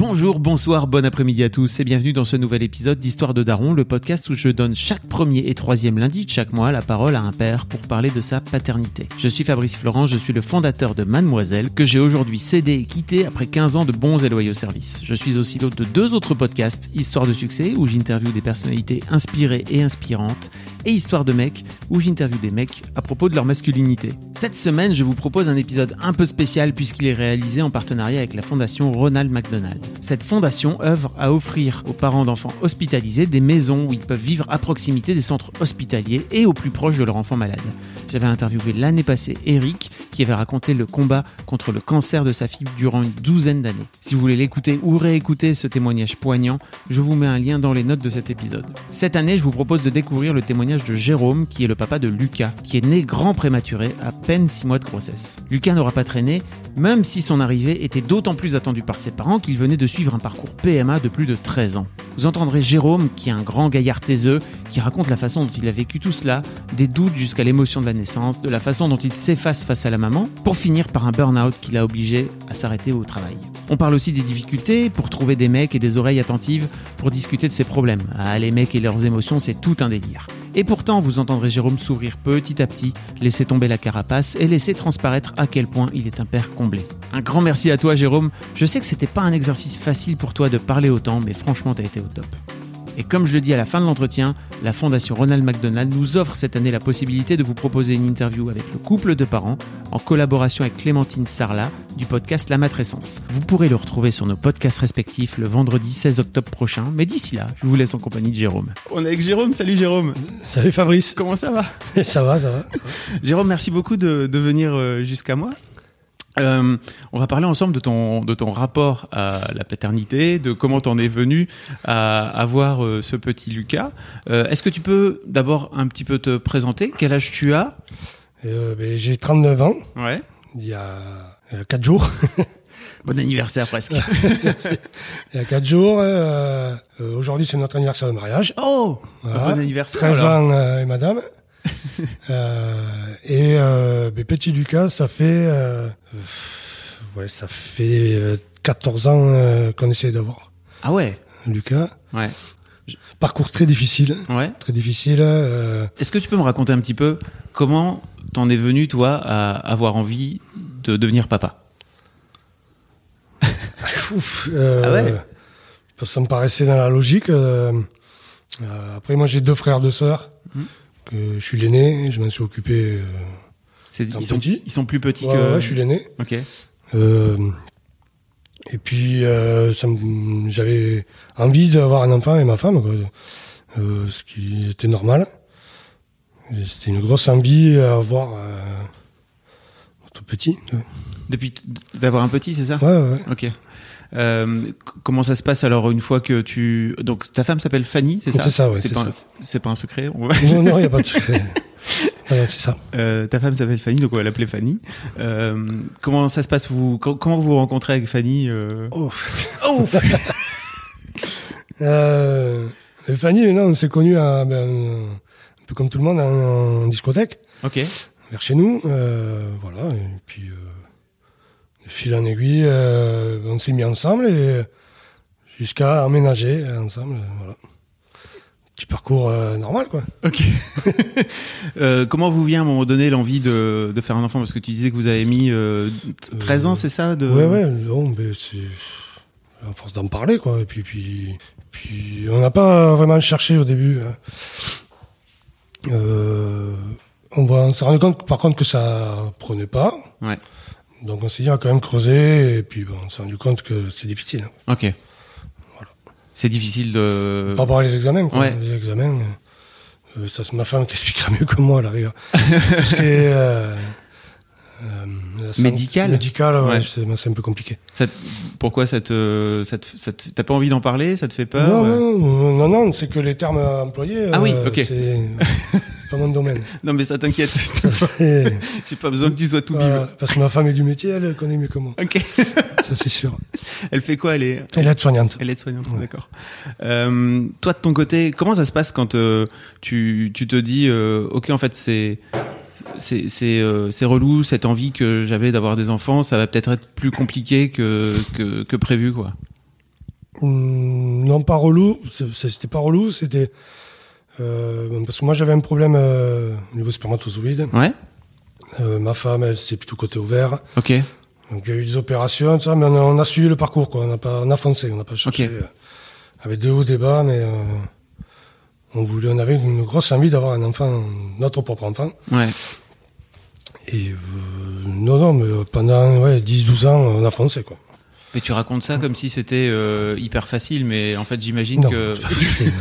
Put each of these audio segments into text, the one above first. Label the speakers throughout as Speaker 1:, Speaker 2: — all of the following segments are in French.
Speaker 1: Bonjour, bonsoir, bon après-midi à tous et bienvenue dans ce nouvel épisode d'Histoire de Daron, le podcast où je donne chaque premier et troisième lundi de chaque mois la parole à un père pour parler de sa paternité. Je suis Fabrice Florent, je suis le fondateur de Mademoiselle, que j'ai aujourd'hui cédé et quitté après 15 ans de bons et loyaux services. Je suis aussi l'hôte de deux autres podcasts, Histoire de succès, où j'interviewe des personnalités inspirées et inspirantes, et Histoire de mecs, où j'interviewe des mecs à propos de leur masculinité. Cette semaine, je vous propose un épisode un peu spécial puisqu'il est réalisé en partenariat avec la fondation Ronald McDonald. Cette fondation œuvre à offrir aux parents d'enfants hospitalisés des maisons où ils peuvent vivre à proximité des centres hospitaliers et au plus proche de leur enfant malade. J'avais interviewé l'année passée Eric qui avait raconté le combat contre le cancer de sa fille durant une douzaine d'années. Si vous voulez l'écouter ou réécouter ce témoignage poignant, je vous mets un lien dans les notes de cet épisode. Cette année, je vous propose de découvrir le témoignage de Jérôme qui est le papa de Lucas, qui est né grand prématuré à peine 6 mois de grossesse. Lucas n'aura pas traîné, même si son arrivée était d'autant plus attendue par ses parents qu'il venait de suivre un parcours PMA de plus de 13 ans. Vous entendrez Jérôme, qui est un grand gaillard taiseux, qui raconte la façon dont il a vécu tout cela, des doutes jusqu'à l'émotion de la naissance, de la façon dont il s'efface face à la maman, pour finir par un burn-out qui l'a obligé à s'arrêter au travail. On parle aussi des difficultés pour trouver des mecs et des oreilles attentives pour discuter de ses problèmes. Ah, les mecs et leurs émotions, c'est tout un délire. Et pourtant, vous entendrez Jérôme s'ouvrir petit à petit, laisser tomber la carapace et laisser transparaître à quel point il est un père comblé. Un grand merci à toi, Jérôme. Je sais que c'était pas un exercice facile pour toi de parler autant, mais franchement, t'as été au top. Et comme je le dis à la fin de l'entretien, la Fondation Ronald McDonald nous offre cette année la possibilité de vous proposer une interview avec le couple de parents en collaboration avec Clémentine Sarla du podcast La Matrescence. Vous pourrez le retrouver sur nos podcasts respectifs le vendredi 16 octobre prochain, mais d'ici là, je vous laisse en compagnie de Jérôme. On est avec Jérôme, salut Jérôme
Speaker 2: Salut Fabrice.
Speaker 1: Comment ça va
Speaker 2: Ça va, ça va.
Speaker 1: Jérôme, merci beaucoup de, de venir euh, jusqu'à moi. Euh, on va parler ensemble de ton, de ton rapport à la paternité, de comment t'en es venu à avoir euh, ce petit Lucas. Euh, Est-ce que tu peux d'abord un petit peu te présenter Quel âge tu as
Speaker 2: Euh, ben, J'ai 39 ans,
Speaker 1: Ouais.
Speaker 2: il y a 4 jours.
Speaker 1: Bon anniversaire presque.
Speaker 2: il y a 4 jours, euh, euh, aujourd'hui c'est notre anniversaire de mariage.
Speaker 1: oh
Speaker 2: Voilà.
Speaker 1: Bon anniversaire
Speaker 2: 13
Speaker 1: alors.
Speaker 2: ans euh, et madame. Euh, et euh, ben, petit Lucas, ça fait, euh, euh, ouais, ça fait euh, 14 ans euh, qu'on essaie d'avoir
Speaker 1: Ah ouais
Speaker 2: Lucas.
Speaker 1: Ouais.
Speaker 2: Parcours très difficile, hein.
Speaker 1: ouais.
Speaker 2: très difficile. euh,
Speaker 1: Est-ce que tu peux me raconter un petit peu comment t'en es venu, toi, à avoir envie de devenir papa
Speaker 2: Ouf, euh,
Speaker 1: Ah ouais
Speaker 2: parce que ça me paraissait dans la logique. euh, euh, après, moi, j'ai deux frères, deux sœurs.
Speaker 1: Mhm.
Speaker 2: Que je suis l'aîné, je m'en suis occupé. euh,
Speaker 1: C'est-
Speaker 2: T'es
Speaker 1: ils,
Speaker 2: un
Speaker 1: sont,
Speaker 2: petit
Speaker 1: ils sont plus petits
Speaker 2: ouais,
Speaker 1: que...
Speaker 2: ouais, je suis l'aîné.
Speaker 1: Ok.
Speaker 2: Euh, et puis, euh, ça me- j'avais envie d'avoir un enfant et ma femme, quoi. Euh, ce qui était normal. Et C'était une grosse envie à avoir euh, tout petit.
Speaker 1: Depuis t- d'avoir un petit, c'est ça
Speaker 2: Ouais, ouais.
Speaker 1: Ok. Euh, c- comment ça se passe alors une fois que tu donc ta femme s'appelle Fanny c'est ça
Speaker 2: C'est ça, ouais,
Speaker 1: c'est
Speaker 2: c'est
Speaker 1: pas un-
Speaker 2: ça.
Speaker 1: c'est pas un secret on va-
Speaker 2: Non, non, il n'y a pas de secret. Voilà, c'est ça.
Speaker 1: Euh, ta femme s'appelle Fanny donc on va l'appeler Fanny Euh, comment ça se passe vous co- comment vous vous rencontrez avec Fanny euh
Speaker 2: Oh. Euh, et Fanny, non, on s'est connus à, ben, un peu comme tout le monde en, en discothèque,
Speaker 1: ok
Speaker 2: vers chez nous. euh, voilà, et puis euh, de fil en aiguille, euh, on s'est mis ensemble et jusqu'à emménager ensemble. euh, Voilà. Petit parcours euh, normal, quoi.
Speaker 1: ok Euh, comment vous vient à un moment donné l'envie de, de faire un enfant parce que tu disais que vous avez mis euh, t- 13 ans
Speaker 2: Euh,
Speaker 1: c'est ça de
Speaker 2: Ouais, ouais, non, mais c'est à force d'en parler, quoi. Et puis, puis, puis on n'a pas vraiment cherché au début. hein. Euh, on va, on s'est rendu compte, par contre, que ça prenait pas.
Speaker 1: Ouais.
Speaker 2: Donc, on s'est dit, on va quand même creuser. Et puis, bon, on s'est rendu compte que c'est difficile. hein.
Speaker 1: ok c'est difficile de
Speaker 2: Par rapport à les examens, quoi.
Speaker 1: ouais.
Speaker 2: Les examens, euh, ça, c'est ma femme qui expliquera mieux que moi, à la rigueur. Tout ce qui est, euh, la santé-
Speaker 1: Médicale
Speaker 2: Médicale, ouais,
Speaker 1: Ouais.
Speaker 2: c'est c'est un peu compliqué.
Speaker 1: Ça te- Pourquoi ça te, ça te- ça te- t'as pas envie d'en parler Ça te fait peur
Speaker 2: non,
Speaker 1: euh
Speaker 2: non, non, non, non, c'est que les termes employés,
Speaker 1: Ah oui,
Speaker 2: euh,
Speaker 1: ok.
Speaker 2: c'est pas mon domaine.
Speaker 1: Non, mais ça t'inquiète.
Speaker 2: Et
Speaker 1: J'ai pas besoin que tu sois tout
Speaker 2: voilà,
Speaker 1: bim.
Speaker 2: euh, parce que ma femme est du métier, elle, elle connaît mieux que moi,
Speaker 1: Ok.
Speaker 2: ça c'est sûr.
Speaker 1: Elle fait quoi Elle est,
Speaker 2: Elle est soignante.
Speaker 1: elle est soignante. D'accord. Euh, toi de ton côté, comment ça se passe quand euh, tu, tu te dis, euh, ok, en fait c'est c'est c'est euh, c'est relou cette envie que j'avais d'avoir des enfants, ça va peut-être être plus compliqué que que, que prévu quoi.
Speaker 2: Hum, non, pas relou, c'est- c'était pas relou, c'était... euh, parce que moi j'avais un problème euh, au niveau spermatozoïde.
Speaker 1: Ouais.
Speaker 2: Euh, ma femme, elle, c'était plutôt côté ouvert.
Speaker 1: Ok.
Speaker 2: Donc il y a eu des opérations, tout ça, mais on a, on a suivi le parcours, quoi. On a pas, on a foncé, on n'a pas cherché.
Speaker 1: Ok.
Speaker 2: euh, avec des hauts, des bas, mais euh, on voulait, on avait une grosse envie d'avoir un enfant, notre propre enfant.
Speaker 1: Ouais.
Speaker 2: Et euh, non, non, mais pendant ouais, 10-12 ans, on a foncé, quoi.
Speaker 1: Mais tu racontes ça comme si c'était euh, hyper facile, mais en fait j'imagine
Speaker 2: Non,
Speaker 1: que
Speaker 2: c'est pas facile.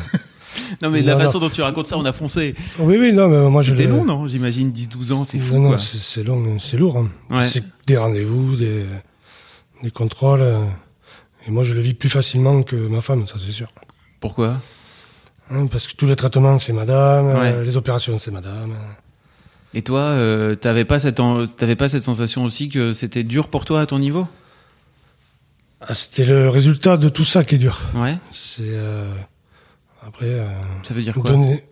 Speaker 1: non mais de la
Speaker 2: Non, non.
Speaker 1: façon dont tu racontes ça, on a foncé.
Speaker 2: Oh, oui, oui, non, mais moi je
Speaker 1: C'était
Speaker 2: l'ai-
Speaker 1: long, non J'imagine 10-12 ans, c'est fou.
Speaker 2: Non, non,
Speaker 1: quoi.
Speaker 2: c'est- c'est long, hein, c'est lourd. hein.
Speaker 1: Ouais.
Speaker 2: C'est des rendez-vous, des, des contrôles. euh, et moi, je le vis plus facilement que ma femme, ça c'est sûr.
Speaker 1: Pourquoi
Speaker 2: Hein, parce que tous les traitements, c'est madame, euh,
Speaker 1: Ouais.
Speaker 2: les opérations, c'est madame.
Speaker 1: Et toi, euh, t'avais pas cette en- t'avais pas cette sensation aussi que c'était dur pour toi à ton niveau
Speaker 2: Ah, C'était le résultat de tout ça qui est dur.
Speaker 1: Ouais.
Speaker 2: C'est euh, après euh,
Speaker 1: Ça veut dire quoi
Speaker 2: donner.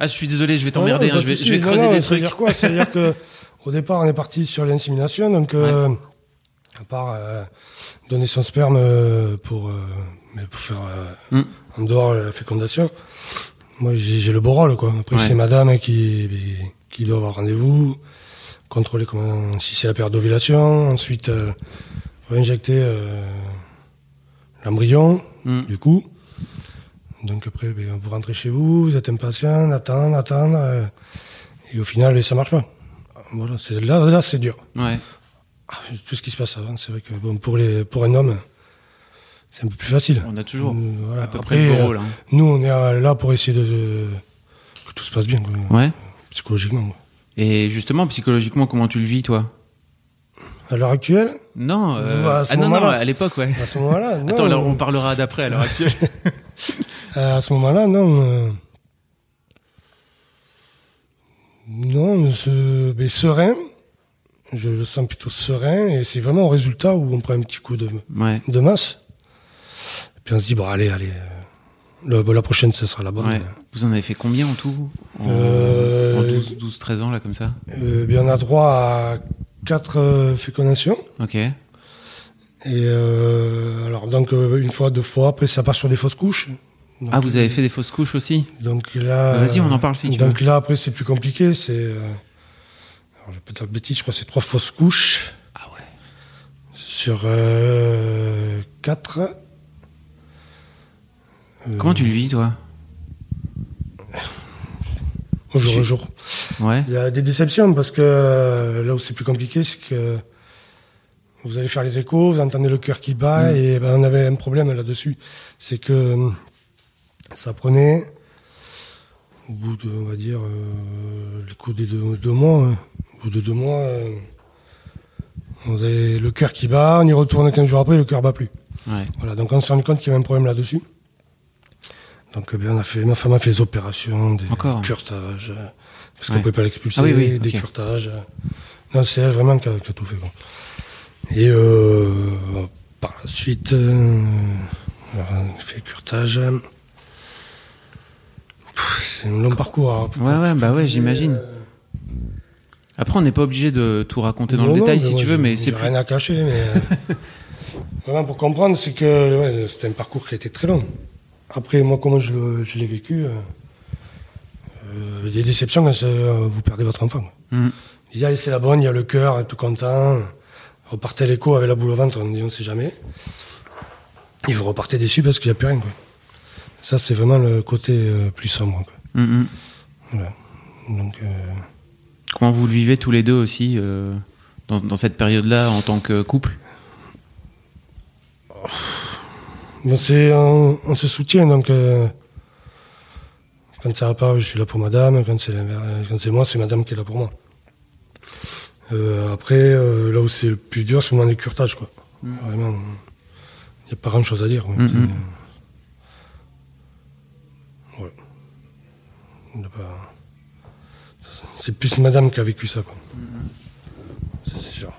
Speaker 1: Ah, je suis désolé, je vais t'emmerder,
Speaker 2: Non, non,
Speaker 1: hein, je vais,
Speaker 2: pas de
Speaker 1: je vais
Speaker 2: souci.
Speaker 1: creuser
Speaker 2: bah, Non, non,
Speaker 1: des
Speaker 2: Ça veut
Speaker 1: trucs.
Speaker 2: dire quoi Ça veut dire que au départ, on est parti sur l'insémination, donc euh, à part euh, donner son sperme euh, pour euh, mais pour faire euh,
Speaker 1: Hmm.
Speaker 2: en dehors la fécondation. Moi, j'ai j'ai le beau rôle, quoi. Après,
Speaker 1: Ouais.
Speaker 2: c'est madame qui qui doit avoir rendez-vous, contrôler comment si c'est la perte d'ovulation, ensuite euh, réinjecter euh, l'embryon
Speaker 1: Mm.
Speaker 2: du coup. Donc après, ben, vous rentrez chez vous, vous êtes impatient, d'attendre, attendre, euh, et au final, ben, ça marche pas. Voilà, c'est- là, là c'est dur.
Speaker 1: Ouais.
Speaker 2: Ah, Tout ce qui se passe avant, c'est vrai que bon, pour, les, pour un homme, c'est un peu plus facile.
Speaker 1: On a toujours
Speaker 2: Euh, voilà.
Speaker 1: à peu
Speaker 2: Après,
Speaker 1: près le
Speaker 2: euh,
Speaker 1: beau rôle. hein.
Speaker 2: Nous, on est euh, là pour essayer de, de- que tout se passe bien, quoi,
Speaker 1: Ouais.
Speaker 2: psychologiquement. quoi.
Speaker 1: Et justement, psychologiquement, comment tu le vis, toi
Speaker 2: À l'heure actuelle,
Speaker 1: Non. euh,
Speaker 2: Bah, à ce
Speaker 1: ah non, non,
Speaker 2: moment-là.
Speaker 1: à l'époque, ouais.
Speaker 2: à ce moment-là, non,
Speaker 1: Attends, là, on parlera d'après, à l'heure actuelle.
Speaker 2: Euh, à ce moment-là, non. euh, Non, ce... mais serein. Je le sens plutôt serein et c'est vraiment au résultat où on prend un petit coup de,
Speaker 1: ouais.
Speaker 2: de masse. Et puis on se dit, bon, allez, allez. euh, le- bon, la prochaine, ce sera la bonne.
Speaker 1: Ouais. Vous en avez fait combien en tout En,
Speaker 2: Euh,
Speaker 1: en 12, 12, 13 ans, là, comme ça
Speaker 2: Euh, bien, on a droit à quatre euh, fécondations.
Speaker 1: Ok.
Speaker 2: Et euh, alors, donc, euh, une fois, deux fois, après, ça part sur des fausses couches. Donc,
Speaker 1: Ah, vous avez fait des fausses couches aussi
Speaker 2: Donc là.
Speaker 1: Vas-y, on en parle si tu
Speaker 2: Donc là, après, c'est plus compliqué. C'est. euh, Alors, je vais pas dire de bêtises, je crois que c'est trois fausses couches
Speaker 1: Ah ouais.
Speaker 2: sur euh, quatre. Euh,
Speaker 1: Comment tu le vis, toi
Speaker 2: Au jour
Speaker 1: tu-
Speaker 2: au jour.
Speaker 1: Ouais.
Speaker 2: Il y a des déceptions parce que euh, là où c'est plus compliqué, c'est que vous allez faire les échos, vous entendez le cœur qui bat et ben, on avait un problème là-dessus. C'est que euh, ça prenait, au bout de, on va dire, euh, les coups des deux, deux mois, hein. au bout de deux mois, euh, on avait le cœur qui bat, on y retourne 15 jours après, le cœur bat plus.
Speaker 1: Ouais.
Speaker 2: Voilà, donc on s'est rendu compte qu'il y avait un problème là-dessus. Donc euh, bien, on a fait, ma femme a fait des opérations, des
Speaker 1: Encore
Speaker 2: curetages, euh, parce qu'on
Speaker 1: Ouais.
Speaker 2: ne pouvait pas l'expulser,
Speaker 1: Ah oui, oui,
Speaker 2: des
Speaker 1: ok.
Speaker 2: curetages. euh. Non, c'est elle vraiment qui a, qui a tout fait. quoi. Et euh, par la suite, euh, alors, on fait curetage. Pff, C'est un long parcours. hein.
Speaker 1: Ouais, ouais, bah ouais, j'imagine.
Speaker 2: Euh,
Speaker 1: Après, on n'est pas obligé de tout raconter dans le
Speaker 2: Non, non,
Speaker 1: détail
Speaker 2: mais
Speaker 1: si
Speaker 2: moi,
Speaker 1: tu veux,
Speaker 2: j'ai-
Speaker 1: mais c'est
Speaker 2: j'ai
Speaker 1: plus.
Speaker 2: rien à cacher. Mais euh, vraiment pour comprendre, c'est que ouais, c'était un parcours qui a été très long. Après, moi, comment je, le- je l'ai vécu euh, euh, Des déceptions quand c'est, euh, vous perdez votre enfant. quoi.
Speaker 1: Mm.
Speaker 2: Il y a laissé la bonne, il y a le cœur, hein, tout content. Repartez l'écho avec la boule au ventre, on dit on sait jamais. Et vous repartez déçu parce qu'il n'y a plus rien. quoi. Ça, c'est vraiment le côté euh, plus sombre. quoi.
Speaker 1: Mm, mm.
Speaker 2: Voilà. Donc, euh,
Speaker 1: Comment vous le vivez tous les deux aussi euh, dans, dans cette période-là en tant que couple
Speaker 2: Bon, c'est, on, on se soutient, donc euh, euh, quand ça va pas, je suis là pour madame, quand c'est, l'inverse- quand c'est moi, c'est madame qui est là pour moi. Euh, après, euh, là où c'est le plus dur, c'est le moment des curetages, quoi. Vraiment, il n'y a pas grand chose à dire. quoi.
Speaker 1: Mm,
Speaker 2: C'est-
Speaker 1: mm.
Speaker 2: Ouais. Il y a pas- C'est plus madame qui a vécu ça, quoi.
Speaker 1: Mm,
Speaker 2: Ça, c'est sûr.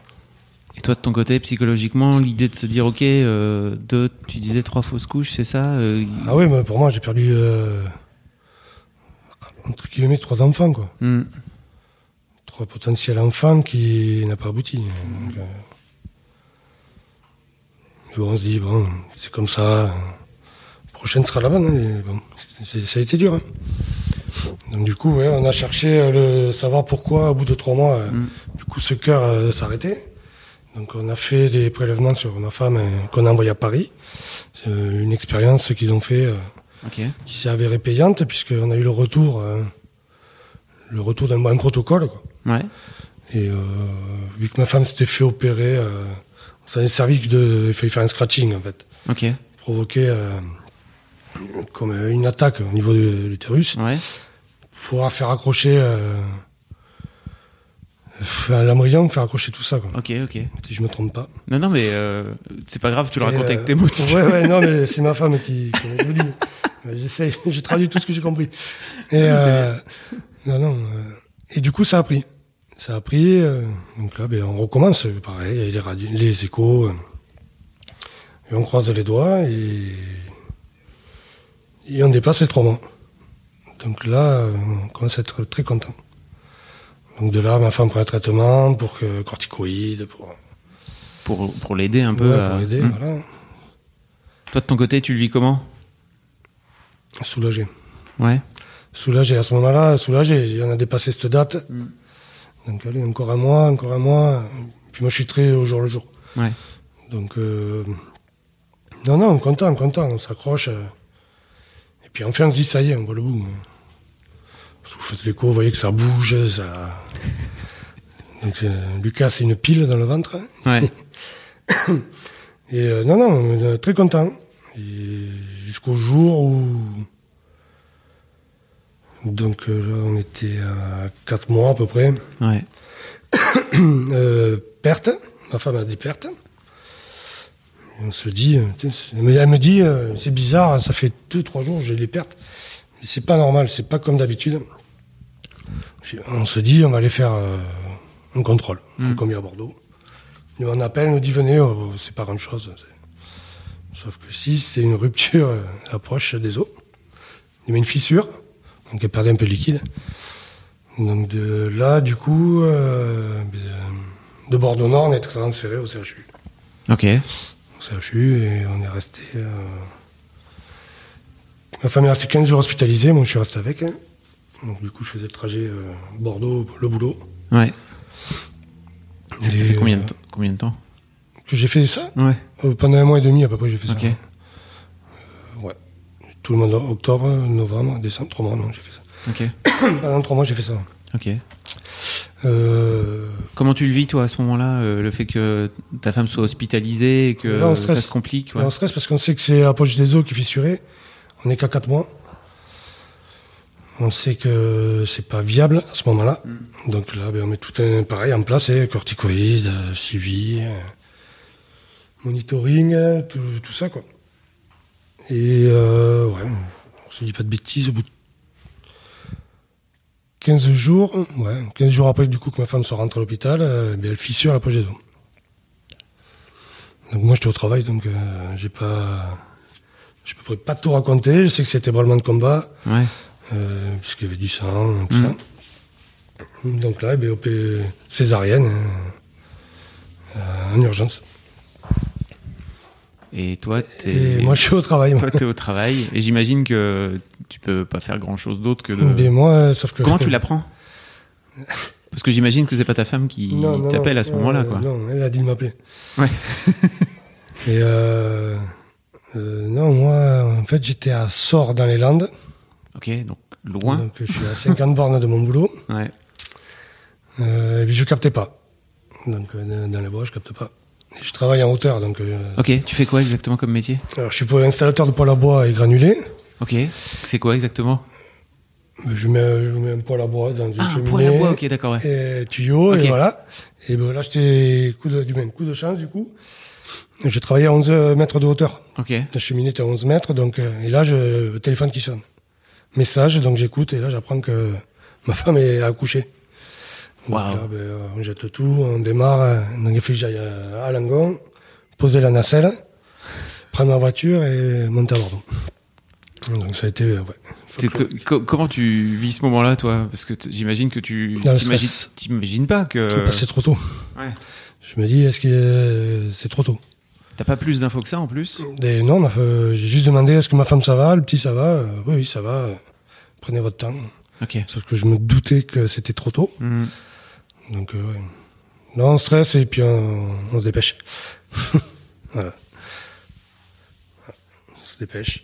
Speaker 1: Et toi, de ton côté, psychologiquement, l'idée de se dire, ok, euh, deux, tu disais trois fausses couches, c'est ça euh, y-
Speaker 2: Ah oui, mais pour moi, j'ai perdu, euh, entre guillemets, trois enfants, quoi.
Speaker 1: Hmm.
Speaker 2: Trois potentiels enfants qui n'a pas abouti. Donc, euh, Mais bon, on se dit, bon, c'est comme ça. La prochaine sera la bonne. hein, et bon, c'est- ça a été dur. hein. Donc du coup, ouais, on a cherché euh, le savoir pourquoi, au bout de trois mois, euh,
Speaker 1: Mm.
Speaker 2: du coup, ce cœur euh, s'arrêtait. Donc on a fait des prélèvements sur ma femme euh, qu'on a envoyé à Paris. C'est euh, une expérience qu'ils ont fait. euh,
Speaker 1: Ok.
Speaker 2: qui s'est avérée payante puisqu'on a eu le retour, euh, le retour d'un bon protocole. Quoi.
Speaker 1: Ouais.
Speaker 2: Et euh, vu que ma femme s'était fait opérer, euh, on s'en est servi que de, il fallait faire un scratching en fait,
Speaker 1: Ok.
Speaker 2: provoquer euh, comme euh, une attaque au niveau de l'utérus
Speaker 1: Ouais.
Speaker 2: pour faire accrocher euh, à l'embryon, faire accrocher tout ça, quoi,
Speaker 1: Ok. Ok.
Speaker 2: si je me trompe pas.
Speaker 1: Non, non, mais euh, c'est pas grave, tu le racontes
Speaker 2: Et,
Speaker 1: avec
Speaker 2: euh,
Speaker 1: tes mots. tu sais.
Speaker 2: Ouais, ouais, non, mais c'est ma femme qui. qui je vous dis. Mais J'essaye, j'ai traduit tout ce que j'ai compris.
Speaker 1: Ah
Speaker 2: Et, euh, non, non, euh, et du coup, ça a pris. Ça a pris. euh, donc là, ben, on recommence, euh, pareil, il y a les, radi- les échos. euh, et on croise les doigts et. Et on dépasse les trois mois. Donc là, euh, on commence à être très content. Donc de là, ma femme prend un traitement pour que corticoïdes, pour,
Speaker 1: Pour, pour l'aider un peu.
Speaker 2: ouais,
Speaker 1: à-
Speaker 2: pour aider,
Speaker 1: Hmm.
Speaker 2: voilà,
Speaker 1: Toi, de ton côté, tu le vis comment
Speaker 2: soulager.
Speaker 1: Ouais.
Speaker 2: soulagé à ce moment-là, soulagé. On a dépassé cette date.
Speaker 1: Mm.
Speaker 2: Donc allez, encore un mois, encore un mois. Puis moi, je suis très au jour le jour.
Speaker 1: Ouais.
Speaker 2: Donc euh, non, non, content, content. On s'accroche. euh, et puis enfin, on se dit ça y est, on voit le bout. Parce que vous faites l'écho, vous voyez que ça bouge, ça. Donc euh, Lucas, c'est une pile dans le ventre. hein.
Speaker 1: Ouais.
Speaker 2: Et euh, non, non, euh, très content. Et jusqu'au jour où. Donc euh, là, on était à 4 mois à peu près.
Speaker 1: ouais.
Speaker 2: Euh, perte, ma femme a des pertes. Et on se dit, euh, tiens, c'est- mais elle me dit, euh, c'est bizarre, ça fait 2-3 jours, j'ai des pertes. Mais c'est pas normal, c'est pas comme d'habitude. J'ai- On se dit, on va aller faire euh, un contrôle,
Speaker 1: Mm.
Speaker 2: comme il y a à Bordeaux. Et on appelle, on nous dit, venez, oh, c'est pas grand chose. Sauf que si, c'est une rupture euh, à l'approche des os. Il y avait une fissure, donc elle perdait un peu de liquide. Donc de là, du coup, euh, ben, de Bordeaux Nord, on est transféré au CHU.
Speaker 1: Ok.
Speaker 2: Au CHU, et on est resté. euh, Ma femme est restée 15 jours hospitalisée, moi je suis resté avec. hein. Donc du coup, je faisais le trajet euh, Bordeaux, le boulot.
Speaker 1: Ouais. Ça, ça
Speaker 2: Et,
Speaker 1: fait combien de,
Speaker 2: euh,
Speaker 1: temps- combien de temps
Speaker 2: Que j'ai fait ça
Speaker 1: Ouais.
Speaker 2: Euh, Pendant un mois et demi à peu près, j'ai fait
Speaker 1: Ok.
Speaker 2: ça. Euh, ouais. Tout le monde, octobre, novembre, décembre, trois mois, non, j'ai fait ça.
Speaker 1: Ok.
Speaker 2: Pendant trois mois, j'ai fait ça.
Speaker 1: Ok.
Speaker 2: Euh,
Speaker 1: Comment tu le vis, toi, à ce moment-là, euh, le fait que ta femme soit hospitalisée et que
Speaker 2: Là, on
Speaker 1: ça
Speaker 2: stresse.
Speaker 1: se complique
Speaker 2: Et
Speaker 1: ouais.
Speaker 2: on stresse parce qu'on sait que c'est la poche des os qui est fissurée. On n'est qu'à 4 mois. On sait que c'est pas viable à ce moment-là. Donc là, ben, on met tout un pareil en place, hein, corticoïdes, euh, suivi, euh, monitoring, euh, tout, tout ça quoi. Et euh, ouais, on se dit pas de bêtises au bout de 15 jours, ouais, 15 jours après du coup que ma femme soit rentrée à l'hôpital, euh, ben, elle fissure la poche des os. Donc moi j'étais au travail, donc euh, j'ai pas, je peux pas tout raconter. Je sais que c'était vraiment de combat,
Speaker 1: Ouais.
Speaker 2: euh, puisqu'il y avait du sang, tout
Speaker 1: Mhm.
Speaker 2: ça. Donc là, eh bien, OP césarienne, euh, euh, en urgence.
Speaker 1: Et toi, t'es.
Speaker 2: Et moi je suis au travail. Moi.
Speaker 1: Toi, t'es au travail et j'imagine que tu peux pas faire grand chose d'autre que de.
Speaker 2: Mais moi, euh, sauf que
Speaker 1: Comment tu l'apprends Parce que j'imagine que c'est pas ta femme qui
Speaker 2: Non, non,
Speaker 1: t'appelle
Speaker 2: non,
Speaker 1: à ce moment-là,
Speaker 2: euh,
Speaker 1: quoi.
Speaker 2: Non, elle a dit de m'appeler.
Speaker 1: Ouais.
Speaker 2: Et euh, euh, non, moi, en fait, j'étais à Sort dans les Landes.
Speaker 1: Ok, donc loin.
Speaker 2: Donc, je suis à 50 bornes de mon boulot.
Speaker 1: Ouais.
Speaker 2: Euh, et puis je captais pas. Donc euh, dans les bois, je capte pas. Et Je travaille en hauteur, donc euh,
Speaker 1: Ok, tu fais quoi exactement comme métier
Speaker 2: alors, je suis pour installateur de poêle à bois et granulé.
Speaker 1: Ok, c'est quoi exactement
Speaker 2: Je mets, je mets un poêle à bois dans une
Speaker 1: Ah, un
Speaker 2: cheminée.
Speaker 1: poêle à bois, ok, d'accord. ouais.
Speaker 2: et tuyau,
Speaker 1: Ok.
Speaker 2: et voilà. Et ben là, j'étais coup de, du même coup de chance, du coup. J'ai travaillé à 11 mètres de hauteur.
Speaker 1: Ok.
Speaker 2: La cheminée était à 11 mètres, donc, euh, et là, je, le téléphone qui sonne. Message, donc j'écoute, et là, j'apprends que ma femme est accouchée. Donc
Speaker 1: Waouh.
Speaker 2: là, ben, euh, on jette tout, on démarre, euh, donc il faut que j'aille euh, à, à Langon, poser la nacelle, prendre ma voiture et monter à Bordeaux. Donc ça a été, euh, ouais.
Speaker 1: C'est que- co- comment tu vis ce moment-là, toi Parce que t- j'imagine que tu
Speaker 2: Dans le
Speaker 1: t'imagines-
Speaker 2: stress.
Speaker 1: t'imagines pas que
Speaker 2: C'est trop tôt.
Speaker 1: ouais.
Speaker 2: Je me dis, est-ce que euh, c'est trop tôt
Speaker 1: t'as pas plus d'infos que ça en plus.
Speaker 2: Des- non, ma fe- j'ai juste demandé est-ce que ma femme ça va, le petit ça va Euh, Oui, oui, ça va, euh, prenez votre temps.
Speaker 1: Ok.
Speaker 2: Sauf que je me doutais que c'était trop tôt.
Speaker 1: Hmm.
Speaker 2: Donc, euh, ouais. Là, on stresse et puis on, on se dépêche. voilà. On se dépêche.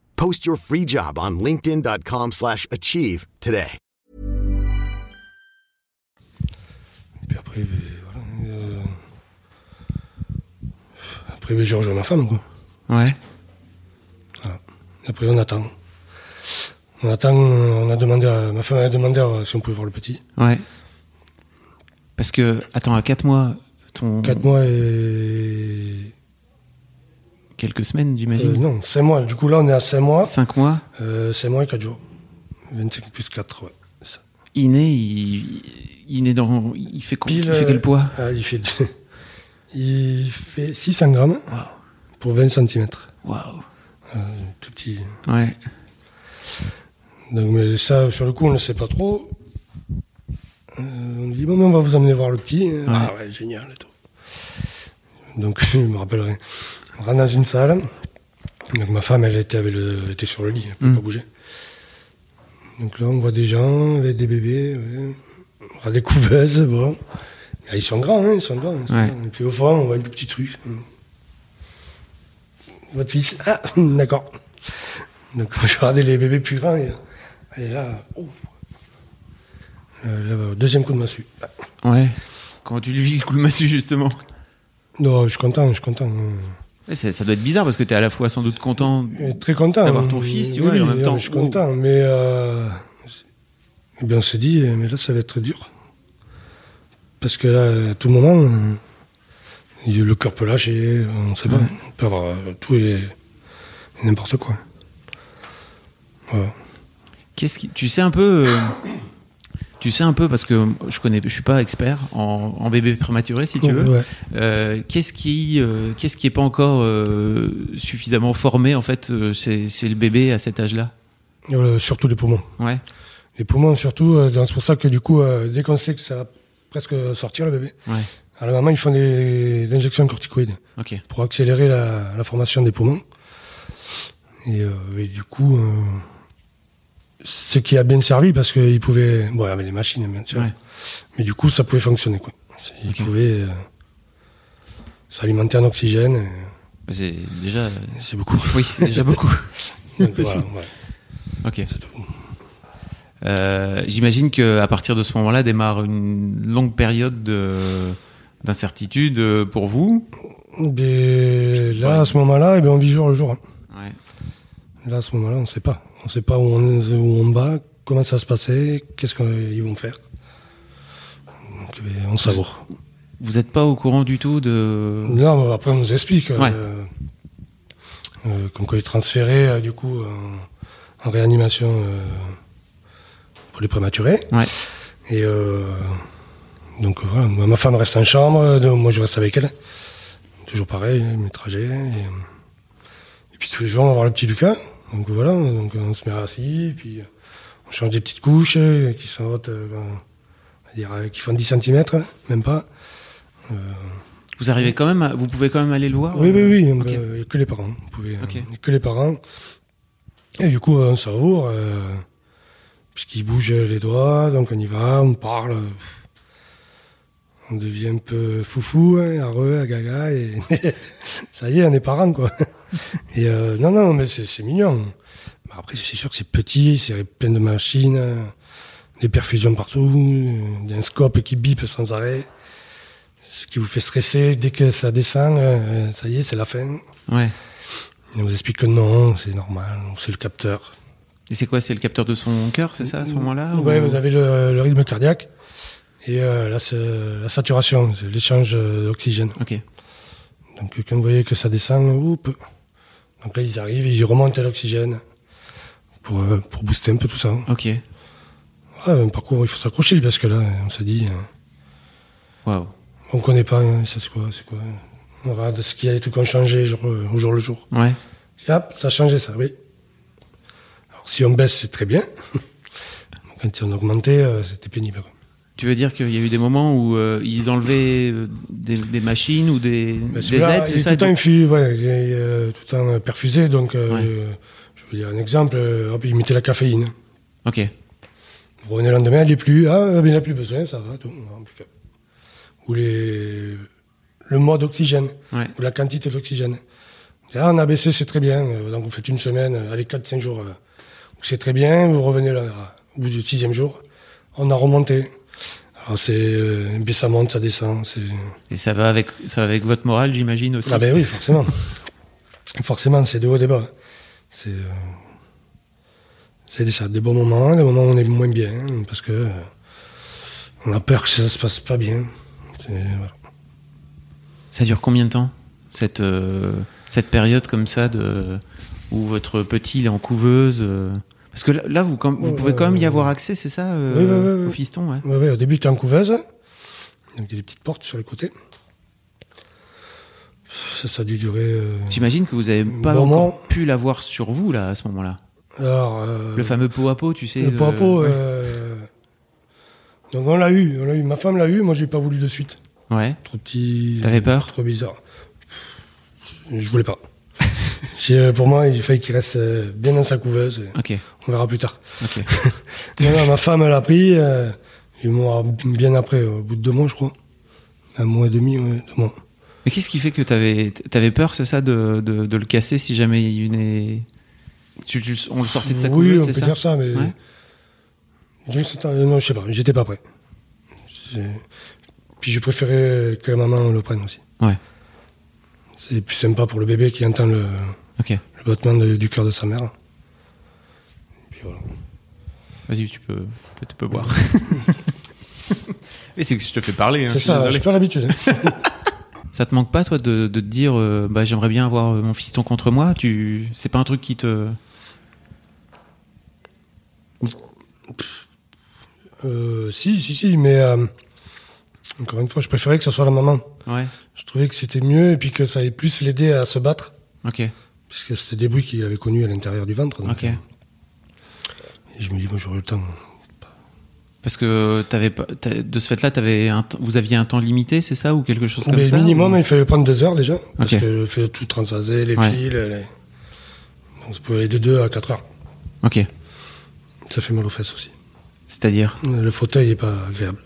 Speaker 3: Post your free job on linkedin.com/achieve slash achieve today.
Speaker 2: Et puis après, ben, voilà. euh, Après, ben, j'ai rejoint ma femme, quoi.
Speaker 1: Ouais.
Speaker 2: Voilà. Après, on attend. On attend, on a demandé à, ma femme a demandé à- si on pouvait voir le petit.
Speaker 1: Ouais. Parce que attends, à 4 mois, ton
Speaker 2: 4 mois et.
Speaker 1: quelques semaines,
Speaker 2: euh,
Speaker 1: j'imagine.
Speaker 2: non, 5 mois. Du coup, là, on est à 5 mois.
Speaker 1: 5 mois.
Speaker 2: 5 mois et 4 jours. 25 plus 4, ouais. c'est ça.
Speaker 1: Iné, il, il est dans, il fait, quoi- il
Speaker 2: Pile,
Speaker 1: fait
Speaker 2: euh,
Speaker 1: quel poids
Speaker 2: ah, il, fait, il fait 600 grammes pour 20 cm.
Speaker 1: Waouh.
Speaker 2: tout petit.
Speaker 1: Ouais.
Speaker 2: Donc, mais ça, sur le coup, on ne le sait pas trop. Euh, on lui dit, bon, ben, on va vous emmener voir le petit. Ah ouais, génial et tout. Donc, je me rappellerai. On rentre dans une salle. Donc, ma femme, elle était, avec le, était sur le lit, elle ne pouvait
Speaker 1: Mm.
Speaker 2: pas bouger. Donc là, on voit des gens avec des bébés. ouais. On voit des couveuses, bon. Ah, Ils sont grands, hein, ils sont grands. ils sont
Speaker 1: Ouais.
Speaker 2: grands. Et puis au fond, on voit une petite truc. Votre fils, ah, d'accord. Donc je regardais les bébés plus grands. Et, et là, oh. Euh, là, bah, deuxième coup de massue. Ah.
Speaker 1: Ouais. Comment tu le vis le coup de massue justement
Speaker 2: Non, je suis content, je suis content. euh,
Speaker 1: Ouais, ça, ça doit être bizarre parce que t'es à la fois sans doute content.
Speaker 2: et Euh, Très content.
Speaker 1: D'avoir ton fils, tu vois,
Speaker 2: Oui,
Speaker 1: et en
Speaker 2: oui,
Speaker 1: même temps,
Speaker 2: Je suis
Speaker 1: oh.
Speaker 2: content, mais euh, eh bien, on s'est dit, mais là, ça va être dur. Parce que là, à tout moment, euh, il- le cœur peut lâcher, on sait pas. On peut avoir euh, tout et, et n'importe quoi. Voilà.
Speaker 1: Qu'est-ce qui, tu sais un peu, euh, tu sais un peu parce que je connais, je suis pas expert en, en bébé prématuré si tu veux.
Speaker 2: Ouais.
Speaker 1: Euh, qu'est-ce qui, euh, qu'est-ce qui est pas encore euh, suffisamment formé en fait euh, chez, chez le bébé à cet âge-là
Speaker 2: Euh, surtout les poumons.
Speaker 1: Ouais.
Speaker 2: Les poumons, surtout, euh, donc c'est pour ça que du coup, euh, dès qu'on sait que ça va presque sortir le bébé,
Speaker 1: Ouais.
Speaker 2: à la maman, ils font des, des injections de corticoïdes
Speaker 1: Ok.
Speaker 2: pour accélérer la, la formation des poumons. Et, euh, et du coup, euh, ce qui a bien servi, parce qu'ils pouvaient. Bon, avec les machines, bien sûr.
Speaker 1: Ouais.
Speaker 2: Mais du coup, ça pouvait fonctionner, quoi. C'est- Ils
Speaker 1: Ok.
Speaker 2: pouvaient euh, s'alimenter en oxygène, et
Speaker 1: C'est déjà.
Speaker 2: c'est beaucoup.
Speaker 1: Oui, c'est déjà beaucoup.
Speaker 2: Donc, voilà, ouais,
Speaker 1: Ok.
Speaker 2: c'est tout.
Speaker 1: Euh, J'imagine que à partir de ce moment-là démarre une longue période de- d'incertitude euh, pour vous.
Speaker 2: Et là, à ce moment-là, eh ben, on vit jour le jour. hein.
Speaker 1: Ouais.
Speaker 2: Là, à ce moment-là, on ne sait pas. On ne sait pas où on, est, où on va, comment ça se passait, qu'est-ce qu'ils vont faire. Donc, eh ben, on savoure.
Speaker 1: Vous n'êtes pas au courant du tout de.
Speaker 2: Non, mais après, on nous explique. euh,
Speaker 1: Ouais.
Speaker 2: euh, comme quoi, il est transféré, euh, du coup, en, en réanimation euh, pour les prématurés.
Speaker 1: Ouais.
Speaker 2: Et euh, donc, euh, voilà, ma ma femme reste en chambre, euh, donc moi, je reste avec elle. Toujours pareil, mes trajets. Et, euh, et puis, tous les jours, on va voir le petit Lucas. Donc, voilà, donc, on se met assis, et puis euh, on change des petites couches euh, qui sont hautes, euh, on va dire, euh, qui font 10 cm, même pas.
Speaker 1: Vous arrivez quand même, à- vous pouvez quand même aller le voir.
Speaker 2: Oui, oui,
Speaker 1: euh,
Speaker 2: oui,
Speaker 1: ok.
Speaker 2: euh, que les parents. Vous pouvez, euh,
Speaker 1: Ok.
Speaker 2: que les parents. Et du coup, on savoure. euh, Parce qu'il bouge les doigts, donc on y va, on parle. On devient un peu foufou, hein, heureux, agaga, et ça y est, on est parents, quoi. Et euh, non, non, mais c'est c'est mignon. Bah, après, c'est sûr que c'est petit, c'est plein de machines, euh, des perfusions partout, euh, un scope qui bip sans arrêt, ce qui vous fait stresser dès que ça descend, euh, ça y est, c'est la fin.
Speaker 1: Ouais.
Speaker 2: Et on vous explique que non, c'est normal, c'est le capteur.
Speaker 1: Et c'est quoi C'est le capteur de son cœur, c'est ça, à ce moment-là
Speaker 2: Ouais,
Speaker 1: ou-
Speaker 2: vous avez le, le rythme cardiaque et euh, la, sa- la saturation, c'est l'échange euh, d'oxygène.
Speaker 1: Ok.
Speaker 2: Donc euh, quand vous voyez que ça descend, oup. Donc là ils arrivent, ils remontent à l'oxygène pour, euh, pour booster un peu tout ça.
Speaker 1: Ok.
Speaker 2: Ouais, un parcours, il faut s'accrocher parce que là, on s'est dit, euh,
Speaker 1: Waouh.
Speaker 2: on connaît pas, hein, ça c'est quoi, c'est quoi. hein. On regarde ce qu'il y a et tout qu'on changeait genre, euh, au jour le jour.
Speaker 1: Ouais.
Speaker 2: Et Hop, ça a changé ça, oui. Alors si on baisse, c'est très bien. Quand on augmentait, euh, c'était pénible. quoi.
Speaker 1: Tu veux dire qu'il y a eu des moments où euh, ils enlevaient euh, des, des machines ou des,
Speaker 2: Ben,
Speaker 1: des
Speaker 2: celui-là,
Speaker 1: aides,
Speaker 2: il
Speaker 1: c'est
Speaker 2: est
Speaker 1: ça
Speaker 2: tout le temps infu- ouais, il est, euh, tout le temps euh, perfusé, donc euh,
Speaker 1: Ouais.
Speaker 2: je veux dire un exemple, euh, hop, il mettait la caféine.
Speaker 1: Ok.
Speaker 2: Vous revenez le lendemain, il n'est plus, ah, euh, mais il n'a plus besoin, ça va, tout, impeccable. Ou les, le mois d'oxygène,
Speaker 1: Ouais.
Speaker 2: ou la quantité d'oxygène. Ah, Là, en ABC, c'est très bien, euh, donc vous faites une semaine, euh, allez, 4-5 jours, euh, où c'est très bien, vous revenez là, euh, au bout du sixième jour, on a remonté. Alors c'est, euh, mais ça monte, ça descend, c'est...
Speaker 1: Et ça va avec ça va avec votre morale, j'imagine aussi.
Speaker 2: Ah ben oui, forcément. forcément, c'est de haut et des bas. C'est euh, c'est des- ça, des bons moments, des moments où on est moins bien, hein, parce que euh, on a peur que ça se passe pas bien. C'est- voilà.
Speaker 1: Ça dure combien de temps cette euh, cette période comme ça de où votre petit il est en couveuse euh, Parce que là, là, vous quand- vous
Speaker 2: Ouais,
Speaker 1: pouvez
Speaker 2: ouais,
Speaker 1: quand même y
Speaker 2: ouais.
Speaker 1: avoir accès, c'est ça, euh,
Speaker 2: Oui, ouais, ouais, ouais.
Speaker 1: au fiston, ouais.
Speaker 2: Ouais, ouais, au début, tu es en couveuse, donc il y a des petites portes sur les côtés. Ça, ça a dû durer. euh,
Speaker 1: J'imagine que vous avez pas
Speaker 2: Bon,
Speaker 1: encore
Speaker 2: moi-
Speaker 1: pu l'avoir sur vous là à ce moment-là.
Speaker 2: alors, euh,
Speaker 1: Le fameux pot à pot, tu sais.
Speaker 2: le pot à
Speaker 1: euh,
Speaker 2: pot,
Speaker 1: ouais.
Speaker 2: euh, donc on l'a eu, on l'a eu. Ma femme l'a eu, moi j'ai pas voulu de suite.
Speaker 1: Ouais.
Speaker 2: Trop petit.
Speaker 1: T'avais peur
Speaker 2: Trop bizarre. Je voulais pas. Si, euh, pour moi, il fallait qu'il reste euh, bien dans sa couveuse. et
Speaker 1: Ok.
Speaker 2: On verra plus tard.
Speaker 1: Ok.
Speaker 2: Non, non, ma femme, elle a pris. euh, et moi, bien après, au bout de deux mois, je crois. Un mois et demi, ouais, deux mois.
Speaker 1: Mais qu'est-ce qui fait que t'avais avais peur, c'est ça, de, de, de le casser si jamais il venait. Tu, tu- on le sortait de sa
Speaker 2: oui,
Speaker 1: couveuse,
Speaker 2: on
Speaker 1: c'est
Speaker 2: peut
Speaker 1: ça
Speaker 2: dire ça, mais.
Speaker 1: Ouais.
Speaker 2: Je sais pas, euh, non, je sais pas, j'étais pas prêt. J'ai- Puis je préférais que la maman le prenne aussi.
Speaker 1: Ouais.
Speaker 2: C'est plus sympa pour le bébé qui entend le,
Speaker 1: Ok.
Speaker 2: le battement de- du cœur de sa mère. Puis voilà.
Speaker 1: Vas-y, tu peux, tu peux boire. Mais c'est que je te fais parler. hein, je
Speaker 2: C'est
Speaker 1: suis
Speaker 2: ça,
Speaker 1: désolé.
Speaker 2: j'ai pas l'habitude. hein.
Speaker 1: Ça te manque pas, toi, de, de te dire, euh, bah, j'aimerais bien avoir euh, mon fiston contre moi. Tu, c'est pas un truc qui te.
Speaker 2: Euh, si, si, si, mais euh, encore une fois, je préférais que ce soit la maman.
Speaker 1: Ouais.
Speaker 2: Je trouvais que c'était mieux et puis que ça allait plus l'aider à se battre,
Speaker 1: Ok.
Speaker 2: parce que c'était des bruits qu'il avait connus à l'intérieur du ventre. donc,
Speaker 1: Ok.
Speaker 2: euh, et je me dis, moi j'aurai le temps.
Speaker 1: Parce que euh, t'avais, pas- t'as- de ce fait-là, t'avais un t- vous aviez un temps limité, c'est ça, ou quelque chose comme
Speaker 2: Mais
Speaker 1: ça
Speaker 2: minimum,
Speaker 1: ou-
Speaker 2: il fallait prendre deux heures déjà, parce
Speaker 1: Ok.
Speaker 2: que je fais tout transvaser, les
Speaker 1: Ouais.
Speaker 2: fils. les- Donc ça pouvait aller de deux à quatre heures.
Speaker 1: Ok.
Speaker 2: Ça fait mal aux fesses aussi.
Speaker 1: C'est-à-dire.
Speaker 2: Le fauteuil est pas agréable.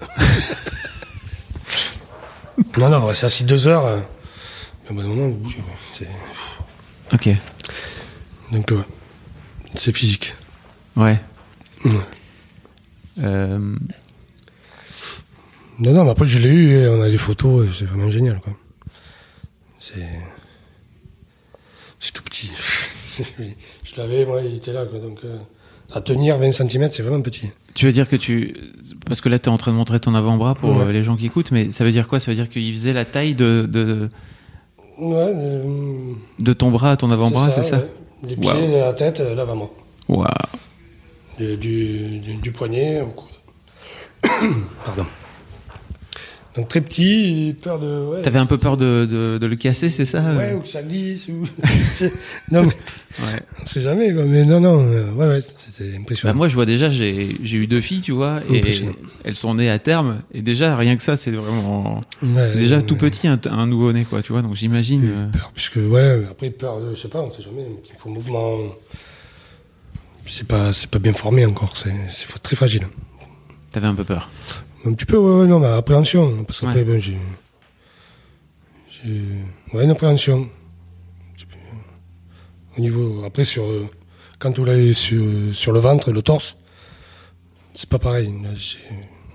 Speaker 2: non, non, c'est assis deux heures. euh, Au bout d'un moment, vous bougez. ouais, c'est-
Speaker 1: Ok.
Speaker 2: Donc, ouais. C'est physique.
Speaker 1: Ouais.
Speaker 2: Ouais.
Speaker 1: Euh,
Speaker 2: Non, non, mais après, je l'ai eu, et on a des photos, et c'est vraiment génial, quoi. C'est. C'est tout petit. je l'avais, moi, il était là, quoi. Donc, euh, à tenir 20 cm, c'est vraiment petit.
Speaker 1: Tu veux dire que tu. Parce que là, tu es en train de montrer ton avant-bras pour
Speaker 2: Ouais.
Speaker 1: euh, les gens qui écoutent, mais ça veut dire quoi Ça veut dire qu'il faisait la taille de, de,
Speaker 2: Ouais, euh,
Speaker 1: de ton bras à ton avant-bras, c'est ça
Speaker 2: ouais. Les pieds,
Speaker 1: Waouh.
Speaker 2: la tête, euh, là, vraiment.
Speaker 1: Waouh
Speaker 2: du, du, du- du poignet au coude. Pardon. Donc très petit, peur de. Ouais,
Speaker 1: T'avais un peu peur de, de, de le casser, c'est ça euh.
Speaker 2: ouais, ou que ça glisse. Ou... non, mais
Speaker 1: Ouais.
Speaker 2: on sait jamais, quoi. Mais non, non, euh, ouais, ouais, c'était
Speaker 1: Bah,
Speaker 2: impressionnant.
Speaker 1: moi, je vois déjà, j'ai j'ai eu deux filles, tu vois,
Speaker 2: Oh,
Speaker 1: et
Speaker 2: Impressionnant.
Speaker 1: elles sont nées à terme, et déjà, rien que ça, c'est vraiment.
Speaker 2: Ouais,
Speaker 1: C'est déjà
Speaker 2: Ah, ouais,
Speaker 1: tout
Speaker 2: ouais. Mm.
Speaker 1: petit, un, un nouveau-né, quoi, tu vois, donc j'imagine. euh,
Speaker 2: Peur, puisque, ouais, après, peur, de, je sais pas, on sait jamais, mais il faut mouvement. c'est pas, c'est pas bien formé encore, c'est, c'est fa- très fragile.
Speaker 1: T'avais un peu peur.
Speaker 2: Un petit peu, ouais, ouais, non, mais appréhension, parce qu'après,
Speaker 1: Ouais.
Speaker 2: bon, j'ai, j'ai, ouais, une appréhension. Un petit peu. Au niveau, après, sur, euh, quand on l'avez sur, sur le ventre, le torse, c'est pas pareil. Là, j'ai-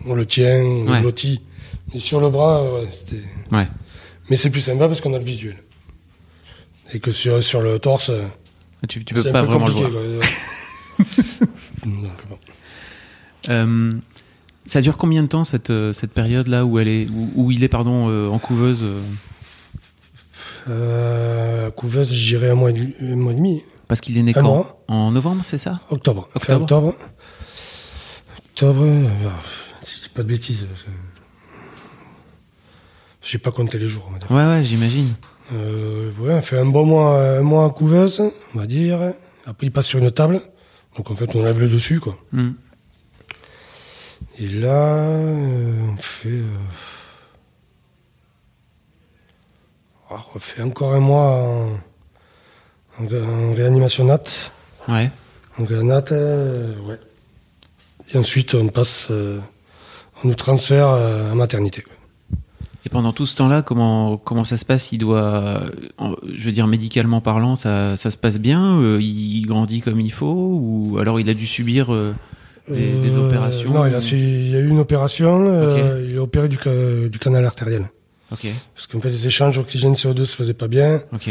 Speaker 2: on le tient, on
Speaker 1: Ouais.
Speaker 2: le lotit. Mais sur le bras, euh, ouais, c'était.
Speaker 1: Ouais.
Speaker 2: Mais c'est plus sympa parce qu'on a le visuel. Et que sur, sur le torse, euh,
Speaker 1: Tu, tu peux
Speaker 2: c'est
Speaker 1: pas
Speaker 2: un peu
Speaker 1: vraiment le
Speaker 2: compliqué.
Speaker 1: voir.
Speaker 2: quoi. Donc, bon.
Speaker 1: Euh, ça dure combien de temps cette, euh, cette période là où elle est où, où il est pardon euh, en couveuse euh,
Speaker 2: Euh, à couveuse, j'irai un mois, et demi- un mois et demi,
Speaker 1: parce qu'il est né quand
Speaker 2: Un mois.
Speaker 1: en novembre c'est ça
Speaker 2: octobre. Fin
Speaker 1: Octobre.
Speaker 2: octobre. Octobre, euh, si je dis pas de bêtises. parce que- J'ai pas compté les jours, on va dire.
Speaker 1: Ouais ouais j'imagine.
Speaker 2: Euh, ouais, on fait un bon mois, un mois à couveuse, on va dire. Après, il passe sur une table. Donc, en fait, on lève le dessus, quoi.
Speaker 1: Hmm.
Speaker 2: Et là, euh, on fait. euh, oh, on fait encore un mois en, en ré- en réanimation nat.
Speaker 1: Ouais.
Speaker 2: En granate, euh, ouais. Et ensuite, on passe. euh, on nous transfère euh, à maternité. quoi.
Speaker 1: Et pendant tout ce temps là comment comment ça se passe Il doit euh, en- je veux dire médicalement parlant ça, ça se passe bien Euh, Il grandit comme il faut ou alors il a dû subir euh, des, des
Speaker 2: Euh,
Speaker 1: opérations
Speaker 2: Non, il, a, su- il y a eu une opération. euh, il est opéré du, ca- du canal artériel.
Speaker 1: Ok
Speaker 2: Parce qu'en fait, les échanges oxygène-CO2 se faisaient pas bien.
Speaker 1: ok.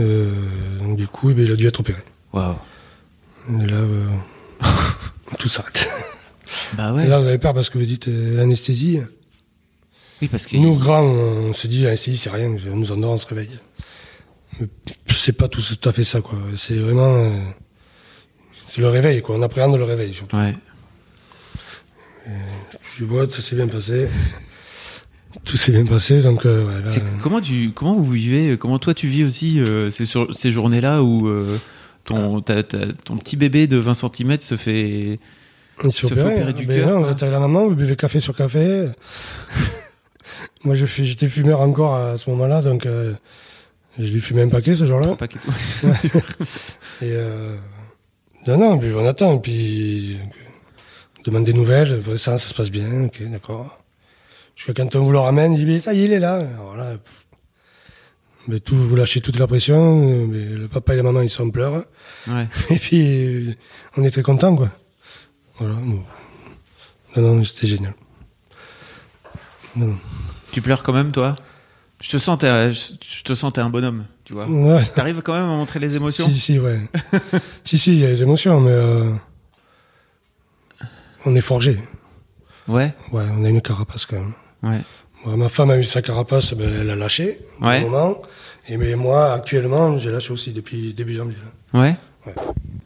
Speaker 2: Euh, donc, du coup, eh ben, il a dû être opéré.
Speaker 1: Waouh.
Speaker 2: Et là, euh, tout s'arrête.
Speaker 1: Bah ouais.
Speaker 2: Et Là, vous avez peur parce que vous dites euh, l'anesthésie.
Speaker 1: Oui parce que
Speaker 2: Nous, grands, on se dit l'anesthésie, c'est rien. On nous endort, on se réveille. Mais C'est pas tout, tout à fait ça, quoi. C'est vraiment. euh, c'est le réveil, quoi. On appréhende le réveil, surtout.
Speaker 1: ouais.
Speaker 2: Je boite, ça s'est bien passé. Tout s'est bien passé, donc. euh, ouais, là,
Speaker 1: C'est- comment tu comment vous vivez euh, comment toi tu vis aussi euh, ces, sur- ces journées là où euh, ton ta- ta- ton petit bébé de 20 cm se fait
Speaker 2: il s'est
Speaker 1: se fait opérer
Speaker 2: hein.
Speaker 1: du
Speaker 2: Ben
Speaker 1: cœur,
Speaker 2: non,
Speaker 1: quoi.
Speaker 2: t'as la maman, vous buvez café sur café. Moi, je fus- j'étais fumeur encore à ce moment-là, donc. euh, je lui fumais un paquet ce jour-là.
Speaker 1: pas qu'il-
Speaker 2: Et euh... Non, non, puis on attend, puis on demande des nouvelles, ouais, ça, ça se passe bien, ok, d'accord. Jusqu'à quand on vous le ramène, il dit, mais ça y est, il est là. Alors là, pff. mais tout, vous lâchez toute la pression, euh, mais le papa et la maman, ils sont en pleurs,
Speaker 1: ouais.
Speaker 2: et puis euh, on est très contents, quoi. Voilà, nous. Non, non, c'était génial. Non, non.
Speaker 1: Tu pleures quand même toi Je te sens t'es un- je je te sens t'es un bonhomme, tu vois.
Speaker 2: Ouais.
Speaker 1: T'arrives quand même à montrer les émotions
Speaker 2: Si, si, ouais. si, si, il y a des émotions, mais euh, on est forgé.
Speaker 1: Ouais.
Speaker 2: Ouais, on a une carapace quand même.
Speaker 1: Ouais.
Speaker 2: Ouais, ma femme a eu sa carapace, ben, elle a lâché. au
Speaker 1: Ouais.
Speaker 2: Moment. Et mais moi, actuellement, j'ai lâché aussi depuis début janvier.
Speaker 1: Ouais.
Speaker 2: Ouais.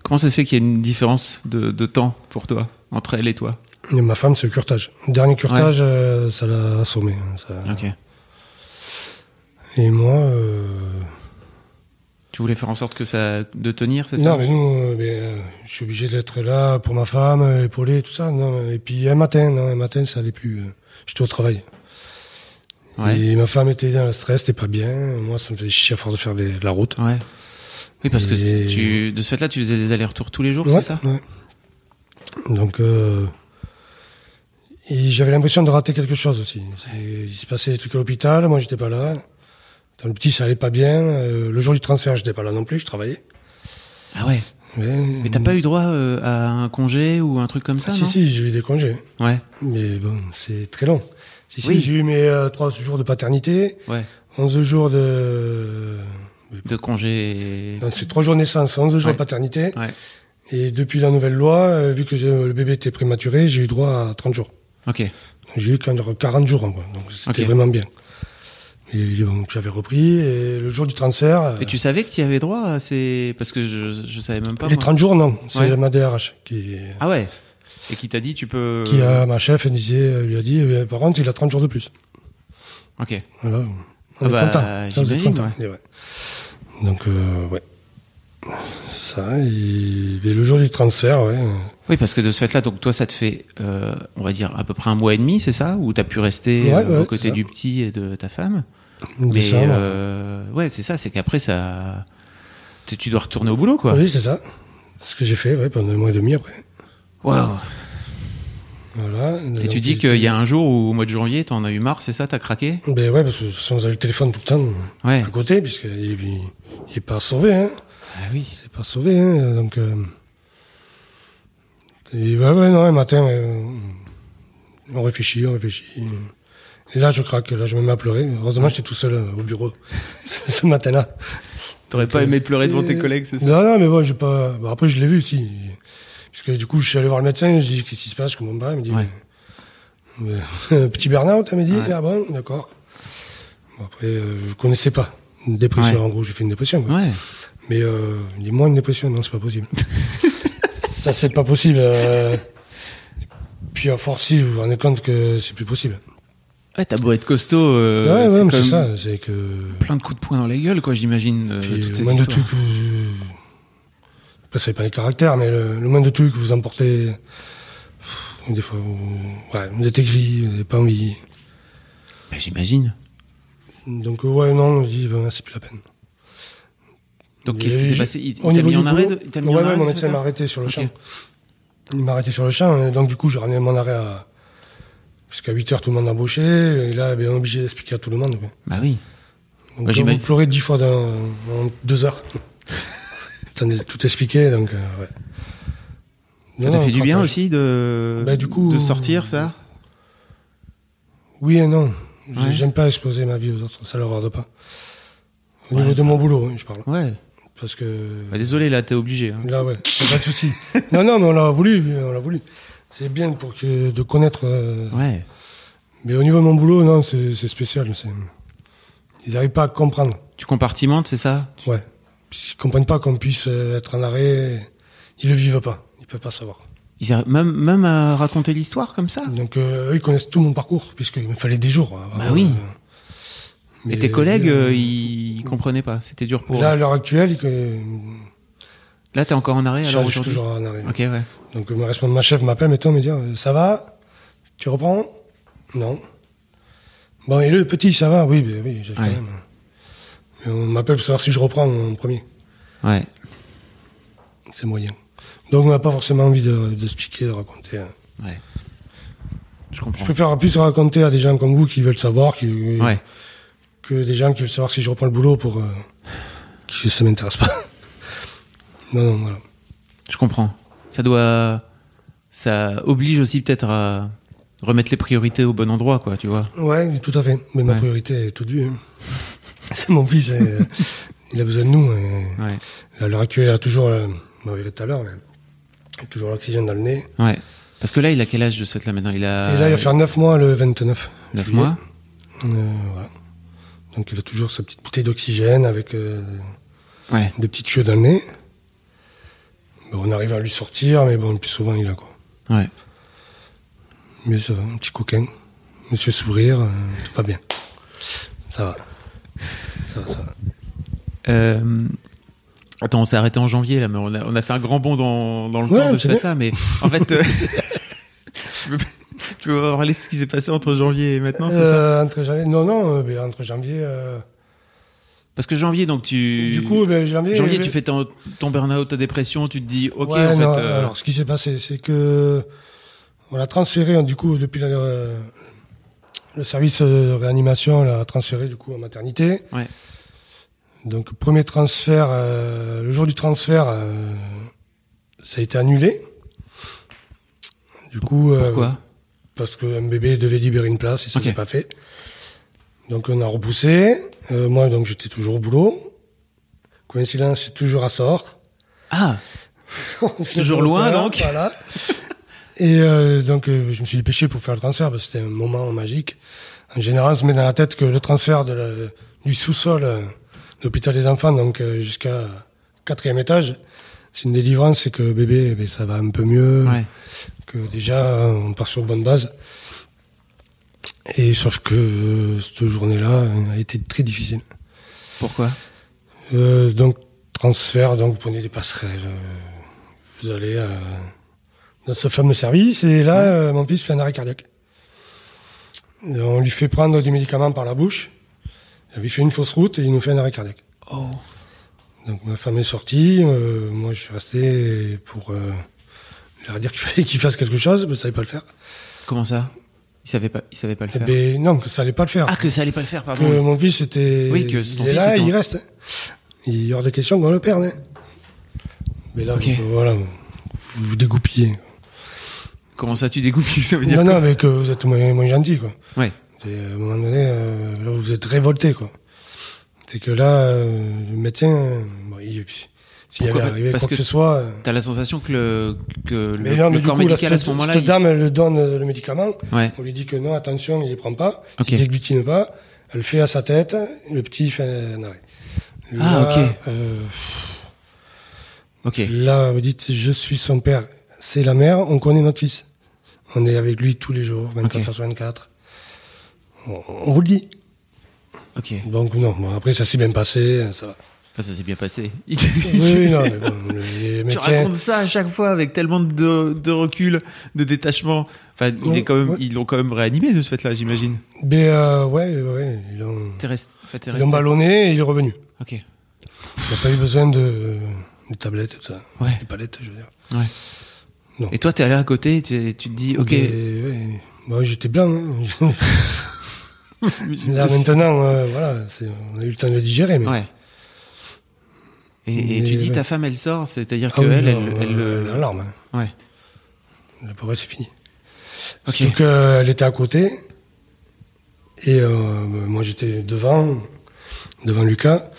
Speaker 1: Comment ça se fait qu'il y a une différence de, de temps pour toi entre elle et toi
Speaker 2: Et ma femme, c'est le curtage. Le dernier curtage, euh, ça l'a assommé. hein, ça.
Speaker 1: OK.
Speaker 2: Et moi, euh,
Speaker 1: Tu voulais faire en sorte que ça de tenir, c'est ça
Speaker 2: non, mais nous, euh, ben, euh, je suis obligé d'être là pour ma femme, euh, épauler, tout ça. Non, et puis un matin, non, un matin, ça allait plus. euh, J'étais au travail.
Speaker 1: Ouais.
Speaker 2: Et ma femme était dans le stress, c'était pas bien. Moi, ça me faisait chier à force de faire des- de la route.
Speaker 1: Ouais. Oui, parce que c'est-
Speaker 2: Et-
Speaker 1: tu, de ce fait-là, tu faisais des allers-retours tous les jours,
Speaker 2: Ouais,
Speaker 1: c'est ça
Speaker 2: ouais. Donc, euh, et j'avais l'impression de rater quelque chose aussi. C'est- Il se passait des trucs à l'hôpital, moi j'étais pas là. Dans le petit, ça allait pas bien. Euh, le jour du transfert, j'étais pas là non plus, je travaillais.
Speaker 1: Ah ouais.
Speaker 2: Mais,
Speaker 1: Mais t'as pas eu droit euh, à un congé ou un truc comme ça,
Speaker 2: Ah, Si,
Speaker 1: non
Speaker 2: si, j'ai eu des congés.
Speaker 1: Ouais,
Speaker 2: Mais bon, c'est très long. Si, si,
Speaker 1: Oui.
Speaker 2: j'ai eu mes euh, 3 jours de paternité,
Speaker 1: ouais.
Speaker 2: 11 jours de.
Speaker 1: De congé.
Speaker 2: Non, c'est 3 jours de naissance, 11 jours
Speaker 1: Ouais.
Speaker 2: de paternité.
Speaker 1: Ouais.
Speaker 2: Et depuis la nouvelle loi, euh, vu que j'ai- le bébé était prématuré, j'ai eu droit à 30 jours.
Speaker 1: Ok.
Speaker 2: J'ai eu quand- 40 jours, quoi. donc c'était
Speaker 1: Ok.
Speaker 2: vraiment bien. Et donc j'avais repris, et le jour du transfert, euh,
Speaker 1: Et tu savais que tu y avais droit à ces. Parce que je, je savais même pas.
Speaker 2: euh, les
Speaker 1: moi.
Speaker 2: 30 jours, non, c'est
Speaker 1: Ouais.
Speaker 2: ma DRH qui,
Speaker 1: Ah ouais. Et qui t'a dit, tu peux.
Speaker 2: qui a, ma chef, elle disait, lui a dit, euh, par contre, il a 30 jours de plus.
Speaker 1: Ok.
Speaker 2: Voilà.
Speaker 1: Ah
Speaker 2: On
Speaker 1: bah,
Speaker 2: est content. Ça, vous êtes
Speaker 1: j'imagine,
Speaker 2: content. Et ouais. Donc, euh, ouais. Ça, et, et le jour du transfert, ouais.
Speaker 1: Oui, parce que de ce fait-là, donc toi, ça te fait, euh, on va dire, à peu près un mois et demi, c'est ça Où t'as pu rester
Speaker 2: Ouais,
Speaker 1: euh,
Speaker 2: ouais,
Speaker 1: aux
Speaker 2: c'est
Speaker 1: côtés
Speaker 2: ça.
Speaker 1: du petit et de ta femme Mais
Speaker 2: Décembre.
Speaker 1: euh, ouais, c'est ça, c'est qu'après, ça. Tu tu dois retourner au boulot, quoi.
Speaker 2: Oui, c'est ça. Ce que j'ai fait ouais, pendant un mois et demi après.
Speaker 1: Waouh
Speaker 2: Voilà.
Speaker 1: Et tu dis qu'il y a un jour où, au mois de janvier, t'en as eu marre, c'est ça T'as craqué
Speaker 2: Ben ouais, parce que si on avait le téléphone tout le temps
Speaker 1: Ouais.
Speaker 2: à côté, puisqu'il il, il est pas sauvé, hein.
Speaker 1: Ah oui.
Speaker 2: C'est pas sauvé, hein, donc... euh, Et ouais, ouais, non, le matin, euh, on réfléchit, on réfléchit. Et là, je craque, là, je me mets à pleurer. Heureusement, j'étais tout seul euh, au bureau ce matin-là.
Speaker 1: T'aurais pas aimé pleurer devant tes collègues, c'est ça
Speaker 2: Euh, Non, non, mais bon, j'ai pas... bon, après, je l'ai vu, si. Parce que du coup, je suis allé voir le médecin, je dis, qu'est-ce qui se passe, je comprends pas, il me dit...
Speaker 1: Ouais.
Speaker 2: mais- Petit burn-out, elle m'a dit,
Speaker 1: Ouais.
Speaker 2: ah bon, d'accord. Bon, après, euh, je connaissais pas. Une dépression,
Speaker 1: Ouais.
Speaker 2: en gros, j'ai fait une dépression. quoi.
Speaker 1: Ouais.
Speaker 2: Mais euh, il dit, moi, une dépression, non, c'est pas possible. ça, c'est pas possible. euh. Puis à force, si, vous vous rendez compte que c'est plus possible.
Speaker 1: Ouais, t'as beau être costaud. euh,
Speaker 2: ouais, ouais, mais c'est
Speaker 1: quand même
Speaker 2: ça, c'est que...
Speaker 1: Plein de coups de poing dans la gueule, quoi, j'imagine. euh,
Speaker 2: Puis,
Speaker 1: toutes
Speaker 2: le
Speaker 1: ces
Speaker 2: moins de
Speaker 1: histoires.
Speaker 2: trucs, que vous... Après, ça n'est pas les caractères, mais le, le moins de trucs que vous emportez, pff, des fois, vous, ouais, vous êtes aigri, vous n'avez pas envie.
Speaker 1: Bah, j'imagine.
Speaker 2: Donc, euh, ouais, non, on dit, ben, c'est plus la peine.
Speaker 1: Donc,
Speaker 2: Et
Speaker 1: qu'est-ce qui s'est
Speaker 2: j'ai-
Speaker 1: passé Il il
Speaker 2: au
Speaker 1: t'a
Speaker 2: niveau
Speaker 1: mis
Speaker 2: du
Speaker 1: en arrêt
Speaker 2: boulot-
Speaker 1: de- il t'a mis
Speaker 2: Ouais,
Speaker 1: en
Speaker 2: ouais,
Speaker 1: arrêt
Speaker 2: mon
Speaker 1: de
Speaker 2: médecin
Speaker 1: ce
Speaker 2: m'a
Speaker 1: matin
Speaker 2: arrêté sur le
Speaker 1: Ok.
Speaker 2: champ. Il m'a arrêté sur le champ, et donc du coup, j'ai ramené mon arrêt à. Parce qu'à 8h, tout le monde embauché, et là, ben, on est obligé d'expliquer à tout le monde. quoi.
Speaker 1: Bah oui.
Speaker 2: Donc,
Speaker 1: Bah,
Speaker 2: euh, vous
Speaker 1: j'imagine.
Speaker 2: pleurez dix fois dans, dans deux heures. Attendez, tout expliqué, donc, euh, ouais.
Speaker 1: Ça
Speaker 2: Non,
Speaker 1: t'a
Speaker 2: non,
Speaker 1: fait du bien
Speaker 2: craquage.
Speaker 1: aussi de,
Speaker 2: Bah, du coup-
Speaker 1: de sortir, ça
Speaker 2: Oui et non. J'ai-
Speaker 1: Ouais.
Speaker 2: J'aime pas exposer ma vie aux autres, ça leur rende pas. Au niveau de mon boulot, hein, je parle.
Speaker 1: Ouais.
Speaker 2: Parce que.
Speaker 1: Bah, désolé, là, t'es obligé. hein.
Speaker 2: Là, ouais, y a pas de souci. non, non, mais on l'a voulu, on l'a voulu. C'est bien pour que, de connaître. euh,
Speaker 1: Ouais.
Speaker 2: Mais au niveau de mon boulot, non, c'est c'est spécial. c'est- Ils n'arrivent pas à comprendre.
Speaker 1: Tu compartimentes, c'est ça
Speaker 2: Ouais. Ils comprennent pas qu'on puisse euh, être en arrêt. Ils le vivent pas. Ils peuvent pas savoir.
Speaker 1: Ils arrivent même, même à raconter l'histoire comme ça
Speaker 2: Donc, euh, eux, ils connaissent tout mon parcours, puisqu'il me fallait des jours. avant,
Speaker 1: Bah oui.
Speaker 2: mais-
Speaker 1: Et tes collègues,
Speaker 2: mais,
Speaker 1: euh, ils, ils comprenaient pas. C'était dur pour.
Speaker 2: Là, à
Speaker 1: Là,
Speaker 2: l'heure actuelle, ils conna-
Speaker 1: t'es encore en arrêt
Speaker 2: Je
Speaker 1: alors
Speaker 2: suis
Speaker 1: aujourd'hui
Speaker 2: toujours en arrêt.
Speaker 1: Ok, ouais.
Speaker 2: Donc ma responsable, ma chef m'appelle maintenant me dire euh, ça va Tu reprends Non. Bon et le petit ça va Oui ben oui j'ai quand
Speaker 1: Ouais.
Speaker 2: même. Mais on m'appelle pour savoir si je reprends en premier.
Speaker 1: Ouais.
Speaker 2: C'est moyen. Donc on n'a pas forcément envie de- d'expliquer, de, raconter. hein.
Speaker 1: Ouais. Je
Speaker 2: Je
Speaker 1: comprends.
Speaker 2: préfère plus raconter à des gens comme vous qui veulent savoir qui-
Speaker 1: Ouais.
Speaker 2: que des gens qui veulent savoir si je reprends le boulot pour euh, qui ça m'intéresse pas. non non voilà.
Speaker 1: Je comprends. Ça doit. Ça oblige aussi peut-être à remettre les priorités au bon endroit, quoi, tu vois.
Speaker 2: Ouais, tout à fait. Mais ma
Speaker 1: Ouais.
Speaker 2: priorité est toute vue. hein. C'est mon fils. euh, il a besoin de nous. et-
Speaker 1: Ouais.
Speaker 2: À l'heure actuelle, elle a toujours, euh, on va verra tout à l'heure, mais elle a toujours l'oxygène dans le nez.
Speaker 1: Ouais. Parce que là, il a quel âge de ce fait là maintenant Il a.
Speaker 2: et là, il va faire 9 mois le 29.
Speaker 1: 9
Speaker 2: juillet.
Speaker 1: Euh, mois
Speaker 2: Euh, voilà. Donc, il a toujours sa petite bouteille d'oxygène avec euh,
Speaker 1: Ouais.
Speaker 2: des petits tuyaux dans le nez. Bon, on arrive à lui sortir, mais bon, le plus souvent, il a quoi.
Speaker 1: Ouais.
Speaker 2: Mais ça va, un petit coquin. Monsieur Sourire, euh, tout va bien. Ça va. Ça va, ça va.
Speaker 1: Euh, Attends, on s'est arrêté en janvier là, mais on a, on a fait un grand bond dans, dans le
Speaker 2: Ouais,
Speaker 1: temps de
Speaker 2: c'est
Speaker 1: ce fait-là. Mais en fait, euh, tu, veux, tu veux parler de ce qui s'est passé entre janvier et maintenant, c'est ça
Speaker 2: Euh, entre janvier, non, non, euh, ben, entre janvier. euh,
Speaker 1: Parce que janvier, donc tu.
Speaker 2: Du coup, ben, janvier.
Speaker 1: janvier,
Speaker 2: euh,
Speaker 1: tu fais ton, ton burn-out, ta dépression, tu te dis, ok,
Speaker 2: Ouais,
Speaker 1: en fait.
Speaker 2: non,
Speaker 1: euh,
Speaker 2: Alors, ce qui s'est passé, c'est que on l'a transféré hein, du coup depuis la- euh, le service de réanimation, on l'a transféré du coup en maternité.
Speaker 1: Ouais.
Speaker 2: Donc premier transfert, euh, le jour du transfert, euh, ça a été annulé. Du coup, euh,
Speaker 1: Pourquoi
Speaker 2: parce qu'un bébé devait libérer une place et ça
Speaker 1: Ok.
Speaker 2: s'est pas fait. Donc on a repoussé. Euh, moi, donc j'étais toujours au boulot. Coïncidence, c'est toujours à sort.
Speaker 1: Ah
Speaker 2: C'est
Speaker 1: Toujours loin, donc.
Speaker 2: hein, Voilà. Et euh, donc, euh, je me suis dépêché pour faire le transfert parce que c'était un moment magique. En général, on se met dans la tête que le transfert de la- du sous-sol euh, de l'hôpital des enfants, donc euh, jusqu'à quatrième étage, c'est une délivrance, c'est que bébé, eh ben, ça va un peu mieux,
Speaker 1: Ouais.
Speaker 2: que déjà euh, on part sur bonne base. Et sauf que euh, cette journée-là euh, a été très difficile.
Speaker 1: Pourquoi
Speaker 2: Euh, donc, transfert, donc vous prenez des passerelles. euh, vous allez euh, dans ce fameux service, et là, euh, mon fils fait un arrêt cardiaque. Et on lui fait prendre des médicaments par la bouche. Il avait fait une fausse route et il nous fait un arrêt cardiaque.
Speaker 1: Oh.
Speaker 2: Donc ma femme est sortie, euh, moi je suis resté pour euh, leur dire qu'il fallait qu'ils fassent quelque chose, mais ça savait pas le faire.
Speaker 1: Comment ça Il savait pas, il savait pas le
Speaker 2: Eh
Speaker 1: faire.
Speaker 2: ben, non, que ça allait pas le faire.
Speaker 1: Ah, que ça allait pas le faire, pardon.
Speaker 2: que mon fils était.
Speaker 1: Oui, que
Speaker 2: il
Speaker 1: ton
Speaker 2: est
Speaker 1: fils
Speaker 2: là,
Speaker 1: était en-
Speaker 2: il reste. hein. Il y hors de question qu'on le perde. hein. Mais là,
Speaker 1: Ok.
Speaker 2: euh, voilà, vous vous dégoupillez.
Speaker 1: Comment ça, tu dégoupilles Ça veut dire
Speaker 2: Non,
Speaker 1: quoi
Speaker 2: non, mais que vous êtes moins, moins gentil, quoi.
Speaker 1: Ouais.
Speaker 2: Et à un moment donné, euh, là, vous êtes révolté, quoi. C'est que là, euh, le médecin, euh, bon, il- s'il y avait
Speaker 1: Pourquoi
Speaker 2: arrivé
Speaker 1: Parce
Speaker 2: quoi que,
Speaker 1: que-
Speaker 2: ce soit. euh,
Speaker 1: T'as la sensation que le, que le,
Speaker 2: mais non,
Speaker 1: le
Speaker 2: mais du
Speaker 1: corps
Speaker 2: coup, là,
Speaker 1: médical à
Speaker 2: cette-
Speaker 1: ce moment-là.
Speaker 2: cette
Speaker 1: il-
Speaker 2: dame, elle le donne euh, le médicament.
Speaker 1: Ouais.
Speaker 2: On lui dit que non, attention, il ne les prend pas.
Speaker 1: Ok.
Speaker 2: Il ne déglutine pas. Elle fait à sa tête. Le petit fait un arrêt.
Speaker 1: Ah,
Speaker 2: Là,
Speaker 1: ok.
Speaker 2: euh,
Speaker 1: Ok.
Speaker 2: là, vous dites, je suis son père, c'est la mère, on connaît notre fils. On est avec lui tous les jours, 24
Speaker 1: Ok.
Speaker 2: heures sur 24. On, on vous le dit.
Speaker 1: Ok.
Speaker 2: Donc, non, bon, après, ça s'est bien passé, ça va.
Speaker 1: Enfin, ça s'est bien passé. Il-
Speaker 2: Oui, oui, non, mais bon, les
Speaker 1: Tu
Speaker 2: médecins.
Speaker 1: racontes ça à chaque fois avec tellement de, de recul, de détachement. Enfin, il
Speaker 2: Ouais,
Speaker 1: est quand même,
Speaker 2: ouais.
Speaker 1: ils l'ont quand même réanimé de ce fait-là, j'imagine.
Speaker 2: Mais, euh, ouais, ouais, ils l'ont
Speaker 1: T'es resté. enfin, t'es
Speaker 2: ils l'ont
Speaker 1: resté-
Speaker 2: ballonné et il est revenu.
Speaker 1: Ok.
Speaker 2: Il n'a pas eu besoin de, euh, de tablettes et tout ça.
Speaker 1: Ouais.
Speaker 2: Des palettes, je veux dire.
Speaker 1: Ouais.
Speaker 2: Non.
Speaker 1: Et toi, t'es allé à côté, tu, tu te dis, ok.
Speaker 2: Mais, ouais, bah, j'étais blanc. hein. Là maintenant, euh, voilà, c'est- on a eu le temps de le digérer. Mais... Ah
Speaker 1: Ouais. Et, et
Speaker 2: Mais,
Speaker 1: tu dis
Speaker 2: ouais.
Speaker 1: ta femme elle sort, c'est-à-dire
Speaker 2: Ah
Speaker 1: que
Speaker 2: oui,
Speaker 1: elle, elle,
Speaker 2: non, euh,
Speaker 1: elle, euh,
Speaker 2: l'alarme, hein.
Speaker 1: ouais.
Speaker 2: Là, pour elle, c'est fini.
Speaker 1: Ok.
Speaker 2: Surtout qu'elle euh, était à côté et euh, bah, moi j'étais devant, devant Lucas.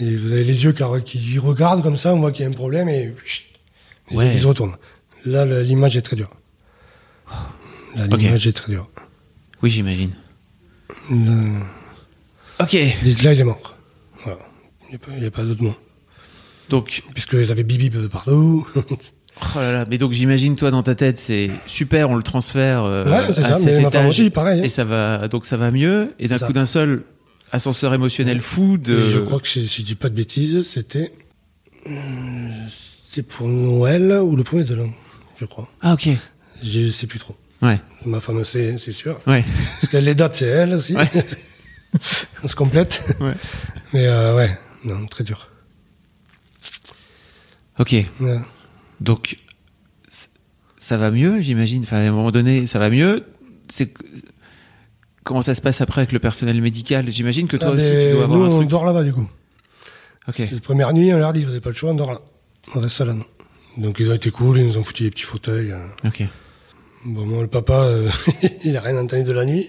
Speaker 2: Et vous avez les yeux qui, qui regardent comme ça, on voit qu'il y a un problème et chut, les
Speaker 1: Ouais.
Speaker 2: yeux qui se retournent. Là, le- l'image est très dure. Là,
Speaker 1: Ok.
Speaker 2: l'image est très dure.
Speaker 1: Oui, j'imagine.
Speaker 2: Là,
Speaker 1: Ok.
Speaker 2: dites, là, il est mort. Voilà. Il n'y a pas, il y a pas d'autre mot.
Speaker 1: Donc,
Speaker 2: Puisque ils avaient bibi de partout.
Speaker 1: oh là là, mais donc j'imagine toi dans ta tête c'est super, on le transfère euh,
Speaker 2: Ouais, c'est
Speaker 1: à
Speaker 2: ça,
Speaker 1: cet
Speaker 2: mais ma femme
Speaker 1: étage,
Speaker 2: aussi, pareil, hein.
Speaker 1: Et ça va, donc ça va mieux. Et d'un
Speaker 2: ça.
Speaker 1: coup d'un seul ascenseur émotionnel fou de.
Speaker 2: Et Je crois que si si je dis pas de bêtises, c'était. euh, C'est pour Noël ou le premier de l'an, je crois.
Speaker 1: Ah ok.
Speaker 2: Je sais plus trop.
Speaker 1: Ouais.
Speaker 2: Ma femme, c'est c'est sûr.
Speaker 1: Ouais.
Speaker 2: Parce que les dates, c'est elle aussi.
Speaker 1: Ouais.
Speaker 2: On se complète.
Speaker 1: ouais.
Speaker 2: Mais euh, ouais, non, très dur.
Speaker 1: Ok.
Speaker 2: Ouais.
Speaker 1: Donc c- ça va mieux, j'imagine. Enfin, à un moment donné, ça va mieux. C'est comment ça se passe après avec le personnel médical J'imagine que toi
Speaker 2: Ah,
Speaker 1: aussi
Speaker 2: mais
Speaker 1: tu dois avoir
Speaker 2: nous,
Speaker 1: un
Speaker 2: on
Speaker 1: truc.
Speaker 2: dort là-bas, du coup.
Speaker 1: Ok.
Speaker 2: C'est la première nuit, on leur dit, vous n'avez pas le choix, on dort là. On reste là, non. Donc ils ont été cool, ils nous ont foutu des petits fauteuils. euh.
Speaker 1: Ok.
Speaker 2: Bon, moi, le papa, euh, il a rien entendu de la nuit.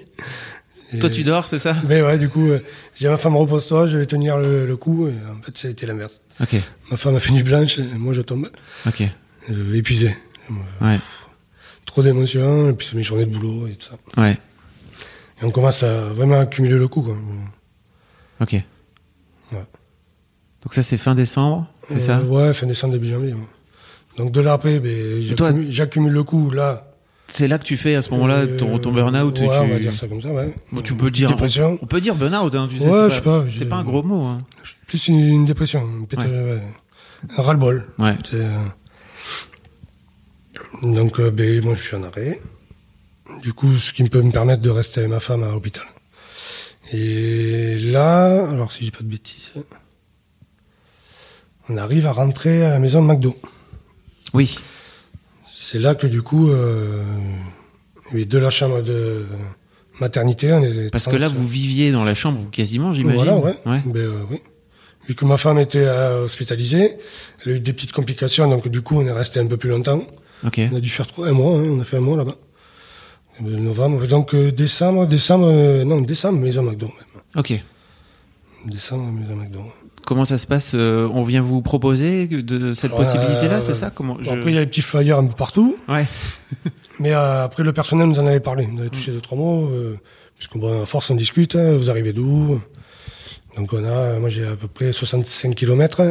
Speaker 2: Et-
Speaker 1: Toi, tu dors, c'est ça
Speaker 2: Mais ouais, du coup, euh, j'ai dit à ma femme, repose-toi, je vais tenir le, le coup. Et en fait, ça a été l'inverse.
Speaker 1: Ok,
Speaker 2: Ma femme a fait du blanche, et moi, je tombe.
Speaker 1: ok,
Speaker 2: Euh, épuisé.
Speaker 1: ouais,
Speaker 2: Trop d'émotions, et puis c'est mes journées de boulot et tout ça.
Speaker 1: ouais,
Speaker 2: Et on commence à vraiment accumuler le coup. Quoi.
Speaker 1: ok. Donc ça, c'est fin décembre, c'est
Speaker 2: Euh,
Speaker 1: ça
Speaker 2: Ouais, fin décembre, début janvier. ouais. Donc de là après, ben,
Speaker 1: toi-
Speaker 2: j'accumule, j'accumule le coup là.
Speaker 1: C'est là que tu fais à ce moment-là ton, ton
Speaker 2: Euh,
Speaker 1: burn-out
Speaker 2: Ouais,
Speaker 1: tu...
Speaker 2: on va dire ça comme ça, ouais.
Speaker 1: Bon, tu peux dire.
Speaker 2: Dépression.
Speaker 1: On peut dire burn-out, hein, tu sais,
Speaker 2: Ouais,
Speaker 1: c'est
Speaker 2: je sais
Speaker 1: pas,
Speaker 2: pas,
Speaker 1: c'est
Speaker 2: je-
Speaker 1: pas un gros mot. Hein.
Speaker 2: Plus une, une dépression, une pète-
Speaker 1: Ouais.
Speaker 2: ouais, un ras-le-bol.
Speaker 1: Ouais.
Speaker 2: C'est, euh, Donc euh, ben, moi je suis en arrêt. Du coup, ce qui me peut me permettre de rester avec ma femme à l'hôpital. Et là, alors si j'ai pas de bêtises, on arrive à rentrer à la maison de McDo.
Speaker 1: Oui,
Speaker 2: C'est là que du coup, euh, oui, de la chambre de maternité, on est.
Speaker 1: parce que là,
Speaker 2: trans-
Speaker 1: vous viviez dans la chambre quasiment, j'imagine.
Speaker 2: Voilà, ouais. Ben, euh, oui. Vu que ma femme était euh, hospitalisée, elle a eu des petites complications, donc du coup, on est resté un peu plus longtemps.
Speaker 1: Ok,
Speaker 2: On a dû faire trois, un mois, hein, on a fait un mois là-bas. Euh, Novembre, donc euh, décembre, décembre, euh, non, décembre, maison McDo même.
Speaker 1: ok.
Speaker 2: Décembre, maison McDo.
Speaker 1: Comment ça se passe euh, On vient vous proposer que de cette
Speaker 2: Alors,
Speaker 1: possibilité-là,
Speaker 2: euh,
Speaker 1: c'est ça Comment
Speaker 2: bon,
Speaker 1: je-
Speaker 2: Après, il y a des petits flyers un peu partout.
Speaker 1: Ouais,
Speaker 2: Mais euh, après, le personnel nous en avait parlé. On avait touché
Speaker 1: Mm.
Speaker 2: deux, trois mots. euh, Puisqu'on bah, à force, on discute. hein, vous arrivez d'où Donc, on a, euh, moi, j'ai à peu près 65 km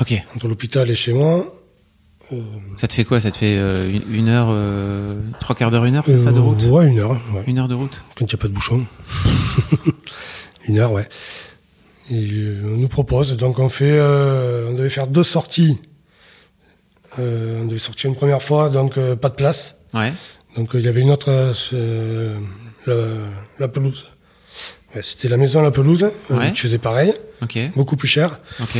Speaker 1: ok.
Speaker 2: entre l'hôpital et chez moi. Euh,
Speaker 1: Ça te fait quoi Ça te fait euh, une- une heure, euh, trois quarts d'heure, une heure, c'est ça de
Speaker 2: euh,
Speaker 1: route
Speaker 2: Ouais, une heure. ouais,
Speaker 1: Une heure de route
Speaker 2: Quand il n'y a pas de bouchon. une heure, ouais. Et euh, on nous propose. Donc, on fait. euh, on devait faire deux sorties. Euh, on devait sortir une première fois, donc euh, pas de place.
Speaker 1: Ouais,
Speaker 2: Donc euh, il y avait une autre, euh, ce- euh, la, la pelouse. Ouais, C'était la maison à la pelouse, euh,
Speaker 1: Ouais.
Speaker 2: qui faisait pareil,
Speaker 1: ok,
Speaker 2: beaucoup plus cher.
Speaker 1: ok.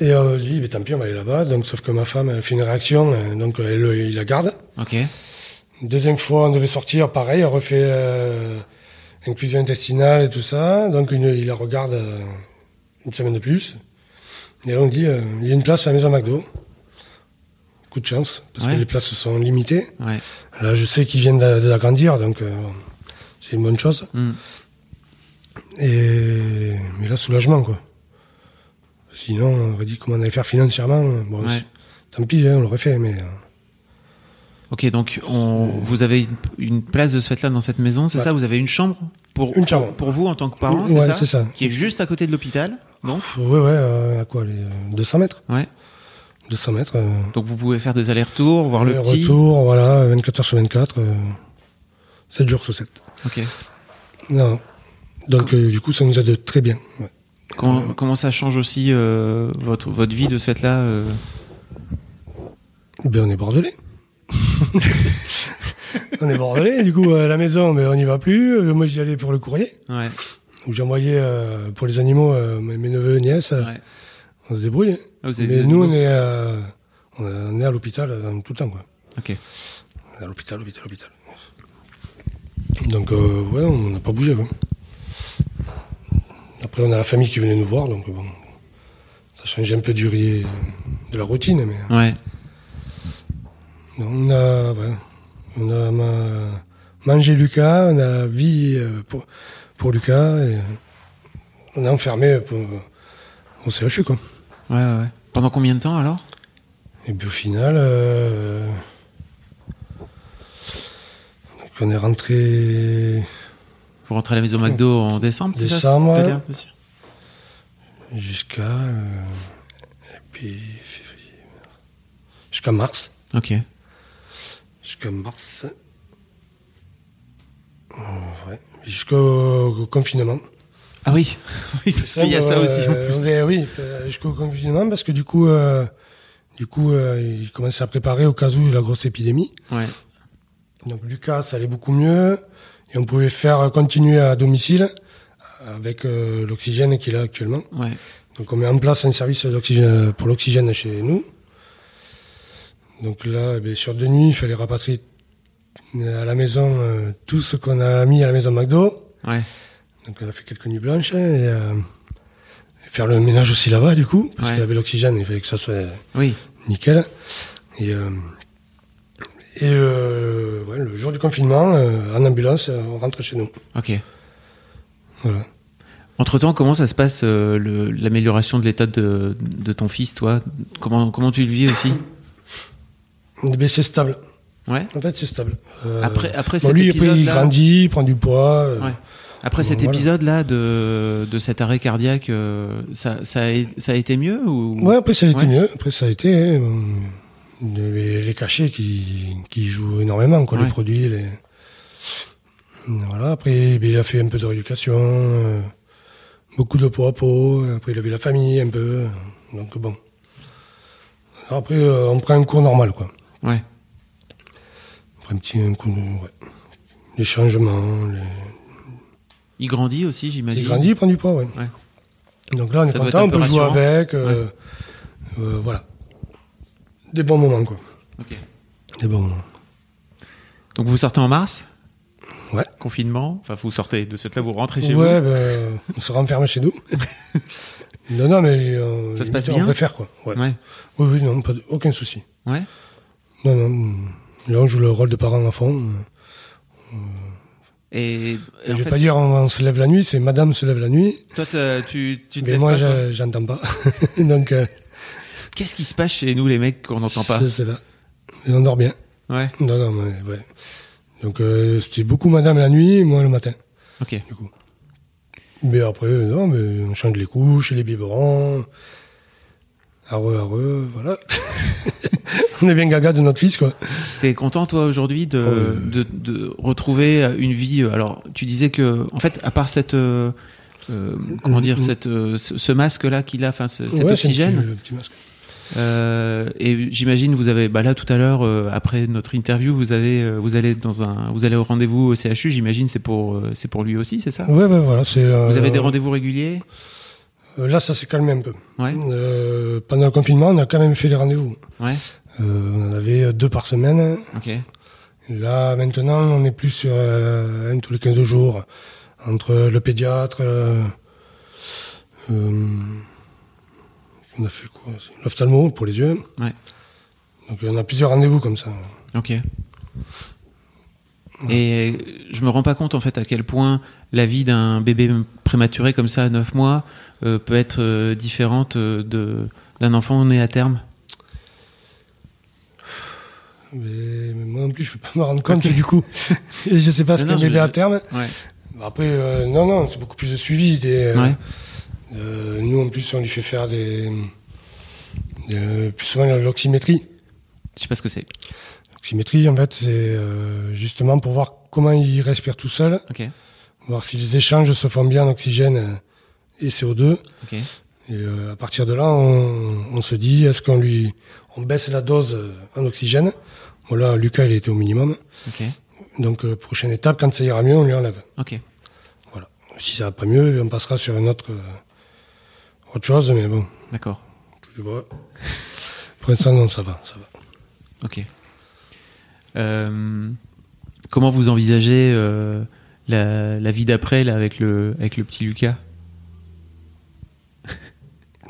Speaker 2: Et euh, je dis, Ben, tant pis, on va aller là-bas. Donc, sauf que ma femme, elle fait une réaction, euh, donc elle, le- il la garde.
Speaker 1: Ok.
Speaker 2: Deuxième fois, on devait sortir, pareil, elle refait euh, inclusion intestinale et tout ça. Donc, une- il la regarde euh, une semaine de plus. Et là, on dit, euh, il y a une place à la maison McDo. Coup de chance, parce
Speaker 1: Ouais.
Speaker 2: que les places sont limitées.
Speaker 1: Ouais.
Speaker 2: Là, je sais qu'ils viennent d'a- d'agrandir, donc euh, c'est une bonne chose.
Speaker 1: Hmm.
Speaker 2: Et... Mais là, soulagement, quoi. Sinon, on aurait dit comment on allait faire financièrement. Bon,
Speaker 1: Ouais.
Speaker 2: c'est- tant pis, hein, on l'aurait fait, mais... euh,
Speaker 1: Ok, donc on, vous avez une, une place de ce fait-là dans cette maison, c'est
Speaker 2: Ouais.
Speaker 1: ça Vous avez une chambre pour
Speaker 2: Une chambre.
Speaker 1: pour, pour vous en tant que parent,
Speaker 2: Ouais,
Speaker 1: c'est ça
Speaker 2: c'est ça.
Speaker 1: Qui est juste à côté de l'hôpital, donc.
Speaker 2: pff, ouais, ouais, euh, à quoi les, euh, 200 mètres
Speaker 1: Ouais.
Speaker 2: 200 mètres. euh,
Speaker 1: Donc vous pouvez faire des allers-retours, voir le petit.
Speaker 2: retour, voilà, 24 h sur 24. Euh, 7 jours sur 7.
Speaker 1: Ok.
Speaker 2: Non. Donc, euh, du coup, ça nous aide très bien. ouais.
Speaker 1: Comment, comment ça change aussi euh, votre votre vie de ce fait-là euh,
Speaker 2: Ben, on est bordelais. on est bordelais, du coup, à la maison, mais on n'y va plus. Euh, Moi, j'y allais pour le courrier,
Speaker 1: Ouais.
Speaker 2: où j'envoyais euh, pour les animaux euh, mes mes neveux et nièces. euh,
Speaker 1: ouais.
Speaker 2: On se débrouille.
Speaker 1: Ah, vous avez
Speaker 2: mais
Speaker 1: des
Speaker 2: nous, on
Speaker 1: animaux.
Speaker 2: est, euh, on est- on est à l'hôpital euh, tout le temps. Quoi.
Speaker 1: Ok.
Speaker 2: On est à l'hôpital, hôpital, hôpital. Donc, euh, ouais, on n'a pas bougé. quoi. Après, on a la famille qui venait nous voir, donc euh, bon, ça change un peu du riz, euh, de la routine, mais.
Speaker 1: Ouais.
Speaker 2: On a, ouais, on a ma- mangé Lucas, on a vie euh, pour, pour Lucas, et on a enfermé pour, au CHU. Quoi.
Speaker 1: Ouais, ouais. ouais. Pendant combien de temps alors
Speaker 2: Et puis au final, euh, donc on est rentré,
Speaker 1: Vous rentrez à la maison McDo en décembre, c'est ça
Speaker 2: Décembre,
Speaker 1: Tout à
Speaker 2: ouais.
Speaker 1: l'heure, monsieur
Speaker 2: jusqu'à euh, et puis février, mars. jusqu'à mars
Speaker 1: Ok.
Speaker 2: jusqu'à mars Euh, ouais, jusqu'au confinement
Speaker 1: Ah oui. oui, parce qu'il y a ça
Speaker 2: Euh,
Speaker 1: aussi en plus.
Speaker 2: vous avez- oui euh, jusqu'au confinement parce que du coup euh, du coup euh, ils commençaient à préparer au cas où la grosse épidémie
Speaker 1: Ouais.
Speaker 2: Donc Lucas, ça allait beaucoup mieux et on pouvait faire euh, continuer à domicile avec euh, l'oxygène qu'il a actuellement.
Speaker 1: Ouais.
Speaker 2: Donc on met en place un service d'oxygène pour l'oxygène chez nous. Donc là, eh bien, sur deux nuits, il fallait rapatrier euh, à la maison euh, tout ce qu'on a mis à la maison McDo.
Speaker 1: Ouais.
Speaker 2: Donc on a fait quelques nuits blanches hein, et, euh, et faire le ménage aussi là-bas du coup, parce
Speaker 1: Ouais.
Speaker 2: qu'il y avait l'oxygène, il fallait que ça soit
Speaker 1: Oui.
Speaker 2: nickel. Et, euh, et euh, ouais, le jour du confinement, euh, en ambulance, euh, on rentre chez nous.
Speaker 1: Ok.
Speaker 2: Voilà.
Speaker 1: Entre temps, comment ça se passe euh, le- l'amélioration de l'état de, de ton fils, toi Comment comment tu le vis aussi
Speaker 2: Eh bien, c'est stable.
Speaker 1: Ouais.
Speaker 2: En fait, c'est stable. Euh,
Speaker 1: Après après
Speaker 2: bon,
Speaker 1: cet
Speaker 2: lui, après,
Speaker 1: épisode
Speaker 2: il
Speaker 1: là.
Speaker 2: grandit, il prend du poids. euh,
Speaker 1: Ouais. Après
Speaker 2: Bon,
Speaker 1: cet
Speaker 2: voilà.
Speaker 1: épisode là de, de cet arrêt cardiaque, euh, ça, ça, a, ça a été mieux ou
Speaker 2: ouais, après, ça a été
Speaker 1: Ouais.
Speaker 2: mieux. Après, ça a été. hein, bon, les, les cachets qui, qui jouent énormément, quoi,
Speaker 1: Ouais.
Speaker 2: les produits. Les... Voilà, après, eh bien, il a fait un peu de rééducation, euh, beaucoup de peau à peau. Après, il a vu la famille un peu. euh, Donc, bon. Alors, après, euh, on prend un cours normal, quoi.
Speaker 1: Ouais.
Speaker 2: On prend un petit un coup de. ouais. Les changements. Les...
Speaker 1: Il grandit aussi, j'imagine.
Speaker 2: Il grandit, il prend du poids, ouais.
Speaker 1: Ouais.
Speaker 2: Donc là, on est
Speaker 1: Ça doit
Speaker 2: content,
Speaker 1: être un
Speaker 2: on
Speaker 1: peu
Speaker 2: peut jouer
Speaker 1: rassurant.
Speaker 2: avec. euh, euh, voilà. Des bons moments, quoi.
Speaker 1: Ok.
Speaker 2: Des bons moments.
Speaker 1: Donc vous sortez en mars,
Speaker 2: Ouais.
Speaker 1: confinement. Enfin, vous sortez de cette là, vous rentrez chez
Speaker 2: ouais,
Speaker 1: vous.
Speaker 2: ben, on se renferme chez nous. non, non, mais euh,
Speaker 1: Ça se passe
Speaker 2: on
Speaker 1: bien
Speaker 2: préfère quoi. Ouais.
Speaker 1: Ouais.
Speaker 2: Oui, oui, non, pas de- aucun souci.
Speaker 1: Ouais.
Speaker 2: Non, non, là on joue le rôle de parent à fond.
Speaker 1: Et, et
Speaker 2: Je
Speaker 1: en
Speaker 2: vais
Speaker 1: fait,
Speaker 2: pas dire on, on se lève la nuit, c'est Madame se lève la nuit,
Speaker 1: toi, t'as- tu, tu te
Speaker 2: mais
Speaker 1: lèves
Speaker 2: moi
Speaker 1: pas, toi
Speaker 2: je- j'entends pas. Donc euh,
Speaker 1: Qu'est-ce qui se passe chez nous, les mecs, qu'on n'entend pas
Speaker 2: je sais pas. Et on dort bien.
Speaker 1: Ouais.
Speaker 2: Non, non, mais ouais. Donc euh, c'était beaucoup Madame la nuit, moi le matin.
Speaker 1: Ok.
Speaker 2: Mais après, euh, non, mais on change les couches, les biberons. Areux, areux, voilà. on est bien gaga de notre fils, quoi.
Speaker 1: T'es content toi aujourd'hui de,
Speaker 2: Oh,
Speaker 1: de, de retrouver une vie euh, Alors tu disais que en fait à part cette euh, euh, comment dire
Speaker 2: Mm.
Speaker 1: cette euh, ce ce masque là qu'il a, enfin ce- cet
Speaker 2: Ouais, c'est un
Speaker 1: oxygène.
Speaker 2: petit- le petit masque.
Speaker 1: euh, et j'imagine vous avez bah là tout à l'heure euh, après notre interview vous avez euh, vous allez dans un vous allez au rendez-vous au CHU. J'imagine c'est pour euh, c'est pour lui aussi c'est ça
Speaker 2: Ouais, ouais, voilà, c'est. euh,
Speaker 1: Vous avez des rendez-vous réguliers
Speaker 2: Euh, là, ça s'est calmé un peu.
Speaker 1: Ouais.
Speaker 2: Euh, pendant le confinement, on a quand même fait les rendez-vous.
Speaker 1: Ouais.
Speaker 2: Euh, on en avait deux par semaine.
Speaker 1: Ok.
Speaker 2: Là, maintenant, on est plus sur euh, un tous les 15 jours, entre le pédiatre, euh, euh, on a fait quoi aussi L'ophtalmo pour les yeux.
Speaker 1: Ouais.
Speaker 2: Donc, on a plusieurs rendez-vous comme ça.
Speaker 1: Ok. Et euh, je me rends pas compte en fait à quel point la vie d'un bébé prématuré comme ça à 9 mois euh, peut être euh, différente euh, de d'un enfant né à terme.
Speaker 2: Mais, mais moi non plus, je peux pas me rendre compte du coup. je sais pas ce
Speaker 1: Non,
Speaker 2: qu'est
Speaker 1: non,
Speaker 2: le
Speaker 1: je-
Speaker 2: bébé à terme.
Speaker 1: Ouais.
Speaker 2: Bah, Après, euh, non, non, c'est beaucoup plus de suivi. Des, euh,
Speaker 1: Ouais.
Speaker 2: euh, nous, en plus, on lui fait faire des, des- plus souvent l'oxymétrie.
Speaker 1: Je sais pas ce que c'est.
Speaker 2: L'oxymétrie, en fait, c'est euh, justement pour voir comment il respire tout seul,
Speaker 1: Ok.
Speaker 2: voir si les échanges se font bien en oxygène euh, et CO2.
Speaker 1: Ok.
Speaker 2: Et euh, à partir de là, on, on se dit, est-ce qu'on lui, on baisse la dose euh, en oxygène Bon là, Lucas, il était au minimum.
Speaker 1: Ok.
Speaker 2: Donc, euh, prochaine étape, quand ça ira mieux, on lui enlève.
Speaker 1: Ok.
Speaker 2: Voilà. Si ça va pas mieux, on passera sur une autre, euh, autre chose, mais bon,
Speaker 1: D'accord.
Speaker 2: je vois. Pour l'instant, non, ça va, ça va.
Speaker 1: Ok. Euh, comment vous envisagez euh, la, la vie d'après là avec le avec le petit Lucas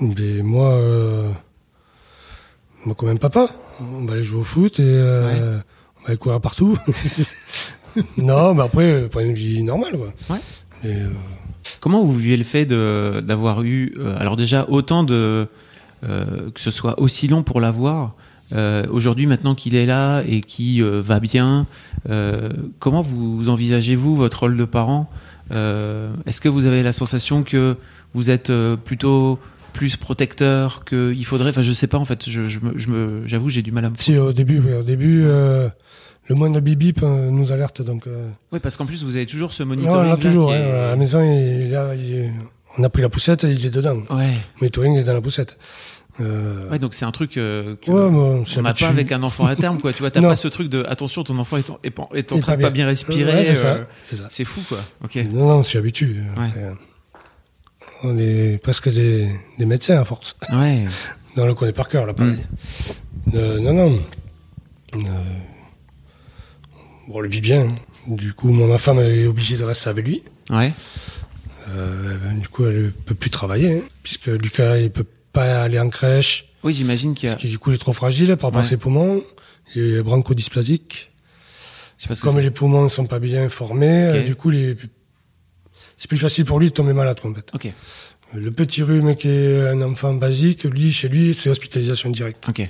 Speaker 2: Mais moi, euh, moi, quand même papa, on va aller jouer au foot et euh, on va aller courir partout. non, mais après, euh, pour une vie normale, quoi.
Speaker 1: Ouais.
Speaker 2: Et, euh,
Speaker 1: Comment vous vivez le fait de- d'avoir eu, euh, alors déjà autant de euh, que ce soit aussi long pour l'avoir. euh, Aujourd'hui, maintenant qu'il est là et qui va bien, euh, comment vous envisagez-vous votre rôle de parent Euh, Est-ce que vous avez la sensation que vous êtes euh, plutôt plus protecteur qu'il faudrait Enfin, je sais pas en fait. Je, je me- je me- j'avoue, j'ai du mal à me.
Speaker 2: si, au début, oui, au début, euh, le moindre bip bip euh, nous alerte, donc. euh,
Speaker 1: Oui, parce qu'en plus, vous avez toujours ce
Speaker 2: non, on
Speaker 1: monitoring.
Speaker 2: l'a toujours.
Speaker 1: là, qui
Speaker 2: hein,
Speaker 1: est-
Speaker 2: à la maison, il, est là, il est- on a pris la poussette et il est dedans.
Speaker 1: ouais.
Speaker 2: Le monitoring est dans la poussette. Euh,
Speaker 1: Ouais, donc c'est un truc euh, que-
Speaker 2: ouais, bon, c'est
Speaker 1: On n'a
Speaker 2: habitué.
Speaker 1: pas avec un enfant à terme, quoi. Tu vois, t'as
Speaker 2: Non.
Speaker 1: pas ce truc de attention, ton enfant est en, est en- est en
Speaker 2: Il est
Speaker 1: train de pas bien respirer.
Speaker 2: Ouais, c'est
Speaker 1: euh,
Speaker 2: ça. C'est ça.
Speaker 1: c'est fou, quoi. Ok.
Speaker 2: Non, non, on s'y habitue. Après, euh, On est presque des, des médecins à force.
Speaker 1: Ouais.
Speaker 2: Non, on le connaît par cœur, là, pareil.
Speaker 1: Mm.
Speaker 2: Euh, non, non. Euh, bon, on le vit bien. hein. Du coup, moi, ma femme est obligée de rester avec lui.
Speaker 1: Ouais.
Speaker 2: Euh, ben, du coup, elle peut plus travailler, hein, puisque Lucas, il peut pas aller en crèche,
Speaker 1: Oui, j'imagine qu'il y a.
Speaker 2: parce que du coup, il est trop fragile par rapport à
Speaker 1: Ah. Ouais.
Speaker 2: ses poumons. Il est bronchodysplasique.
Speaker 1: Je sais pas ce que
Speaker 2: Comme
Speaker 1: c'est.
Speaker 2: les poumons ne sont pas bien formés,
Speaker 1: Ok.
Speaker 2: euh, du coup, les- c'est plus facile pour lui de tomber malade, en fait.
Speaker 1: Ok.
Speaker 2: Le petit rhume qui est un enfant basique, lui, chez lui, c'est hospitalisation directe.
Speaker 1: Ok.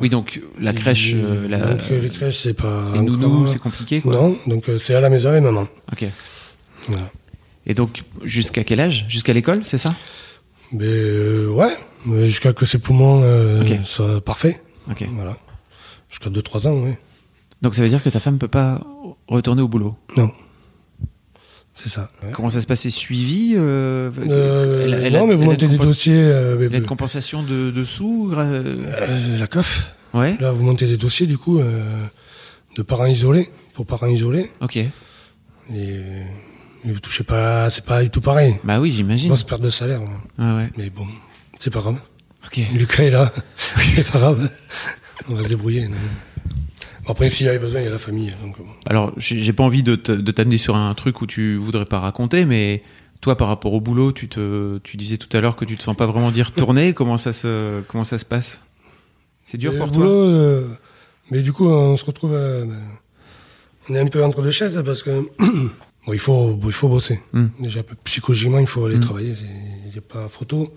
Speaker 1: Oui, donc la crèche, euh, la.
Speaker 2: Donc euh, les crèches, c'est pas.
Speaker 1: les nounous,
Speaker 2: encore-
Speaker 1: c'est compliqué, quoi.
Speaker 2: Non, donc euh, c'est à la maison et maman.
Speaker 1: Ok.
Speaker 2: Voilà.
Speaker 1: Et donc, jusqu'à quel âge Jusqu'à l'école, c'est ça
Speaker 2: Mais euh, ouais, euh, jusqu'à que ses poumons euh,
Speaker 1: Ok.
Speaker 2: soient parfaits.
Speaker 1: Ok.
Speaker 2: Voilà. Jusqu'à 2-3 ans, oui.
Speaker 1: Donc ça veut dire que ta femme peut pas retourner au boulot.
Speaker 2: Non. C'est ça. ouais.
Speaker 1: Comment ça se passe C'est suivi euh,
Speaker 2: Euh,
Speaker 1: elle a- elle a-
Speaker 2: non, mais vous
Speaker 1: elle a
Speaker 2: montez
Speaker 1: une
Speaker 2: des
Speaker 1: compen-
Speaker 2: dossiers. euh, mais-
Speaker 1: Elle a une compensation de, de sous euh,
Speaker 2: euh, la CAF.
Speaker 1: Ouais.
Speaker 2: Là, vous montez des dossiers, du coup, euh, de parents isolés, pour parents isolés.
Speaker 1: Ok.
Speaker 2: Et, euh, et vous touchez pas, c'est pas du tout pareil.
Speaker 1: Bah oui, j'imagine.
Speaker 2: Grosse perte de salaire. ouais.
Speaker 1: Ouais, ouais.
Speaker 2: Mais bon, c'est pas grave.
Speaker 1: Ok.
Speaker 2: Lucas est là. C'est pas grave. On va se débrouiller. non. Bon, après, s'il y avait besoin, il y a la famille. Donc, bon.
Speaker 1: Alors, j'ai j'ai pas envie de te- de t'amener sur un truc où tu voudrais pas raconter, mais toi, par rapport au boulot, tu, te, tu disais tout à l'heure que tu te sens pas vraiment dire tourner. Comment ça se, comment ça se passe C'est dur
Speaker 2: Et
Speaker 1: pour
Speaker 2: le
Speaker 1: toi
Speaker 2: boulot, euh, mais du coup, on se retrouve. euh, ben, on est un peu entre deux chaises parce que. bon, il faut, bon, il faut bosser.
Speaker 1: Mm.
Speaker 2: Déjà, psychologiquement, il faut aller
Speaker 1: Hmm.
Speaker 2: travailler. c'est- Il n'y a pas photo.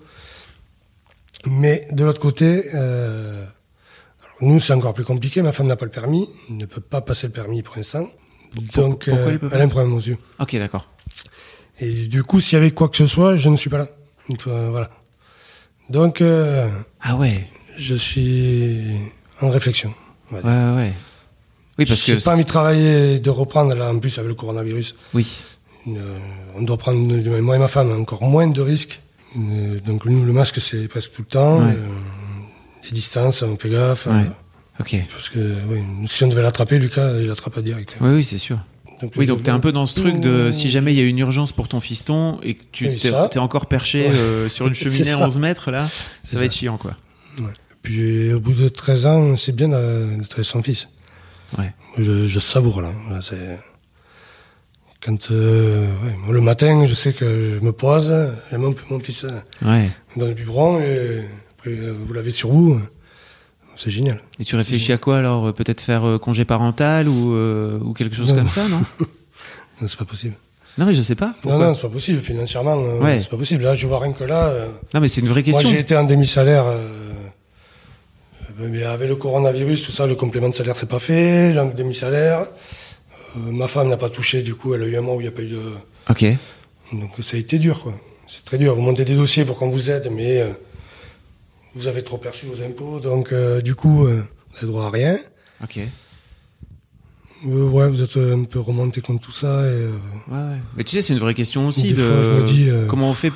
Speaker 2: Mais de l'autre côté, euh, alors, nous, c'est encore plus compliqué. Ma femme n'a pas le permis. Elle ne peut pas passer le permis pour l'instant. Donc, euh,
Speaker 1: pourquoi elle peut pas
Speaker 2: elle a un problème aux yeux.
Speaker 1: Ok, d'accord.
Speaker 2: Et du coup, s'il y avait quoi que ce soit, je ne suis pas là. Donc, euh, voilà. Donc, euh,
Speaker 1: Ah ouais,
Speaker 2: je suis en réflexion. on va
Speaker 1: ouais,
Speaker 2: dire.
Speaker 1: ouais, ouais. Oui, parce
Speaker 2: Je
Speaker 1: que.
Speaker 2: n'ai pas envie de travailler, de reprendre, là, en plus, avec le coronavirus.
Speaker 1: Oui,
Speaker 2: Euh, on doit prendre, euh, moi et ma femme, encore moins de risques. Euh, donc, nous, le masque, c'est presque tout le temps.
Speaker 1: Ouais.
Speaker 2: Euh, les distances, on fait gaffe.
Speaker 1: ouais.
Speaker 2: euh,
Speaker 1: Ok.
Speaker 2: parce que, oui, si on devait l'attraper, Lucas, il l'attrape pas direct.
Speaker 1: Oui, oui, c'est sûr. Mmh. Oui, donc t'es un peu dans ce truc de si jamais il y a une urgence pour ton fiston et que tu
Speaker 2: Et
Speaker 1: t'es
Speaker 2: ça.
Speaker 1: t'es encore perché
Speaker 2: Ouais.
Speaker 1: euh, sur une
Speaker 2: C'est
Speaker 1: cheminée à
Speaker 2: ça.
Speaker 1: 11 mètres là, ça
Speaker 2: C'est
Speaker 1: va
Speaker 2: ça.
Speaker 1: être chiant quoi.
Speaker 2: Ouais. Puis j'ai- au bout de 13 ans, c'est bien d'a- d'être sans fils.
Speaker 1: Ouais.
Speaker 2: Je, je savoure là. Là, c'est- Quand euh, ouais, moi, le matin, je sais que je me pose, j'aime un peu mon fils euh,
Speaker 1: Ouais.
Speaker 2: dans le biberon et après euh, vous l'avez sur vous. C'est génial.
Speaker 1: Et tu réfléchis à quoi alors euh, Peut-être faire euh, congé parental ou, euh, ou quelque chose
Speaker 2: Non.
Speaker 1: comme ça, non
Speaker 2: Non, C'est pas possible.
Speaker 1: Non, mais je sais pas. Pourquoi
Speaker 2: non, non, c'est pas possible financièrement. euh,
Speaker 1: Ouais.
Speaker 2: C'est pas possible. Là, je vois rien que là. euh,
Speaker 1: Non, mais c'est une vraie
Speaker 2: Moi,
Speaker 1: question.
Speaker 2: j'ai été en demi-salaire. euh, euh, mais avec le coronavirus, tout ça, le complément de salaire, c'est pas fait. J'ai un demi-salaire. Euh, ma femme n'a pas touché, du coup, elle a eu un mois où il n'y a pas eu de.
Speaker 1: ok.
Speaker 2: Donc, ça a été dur, quoi. C'est très dur. Vous montez des dossiers pour qu'on vous aide, mais euh, vous avez trop perçu vos impôts. Donc, euh, du coup, euh, vous n'avez droit à rien.
Speaker 1: Ok. Ouais,
Speaker 2: Euh, ouais, vous êtes euh, un peu remonté contre tout ça. Et, euh,
Speaker 1: ouais. Mais tu sais, c'est une vraie question aussi.
Speaker 2: Des
Speaker 1: de...
Speaker 2: fois, je me dis, euh,
Speaker 1: Comment on fait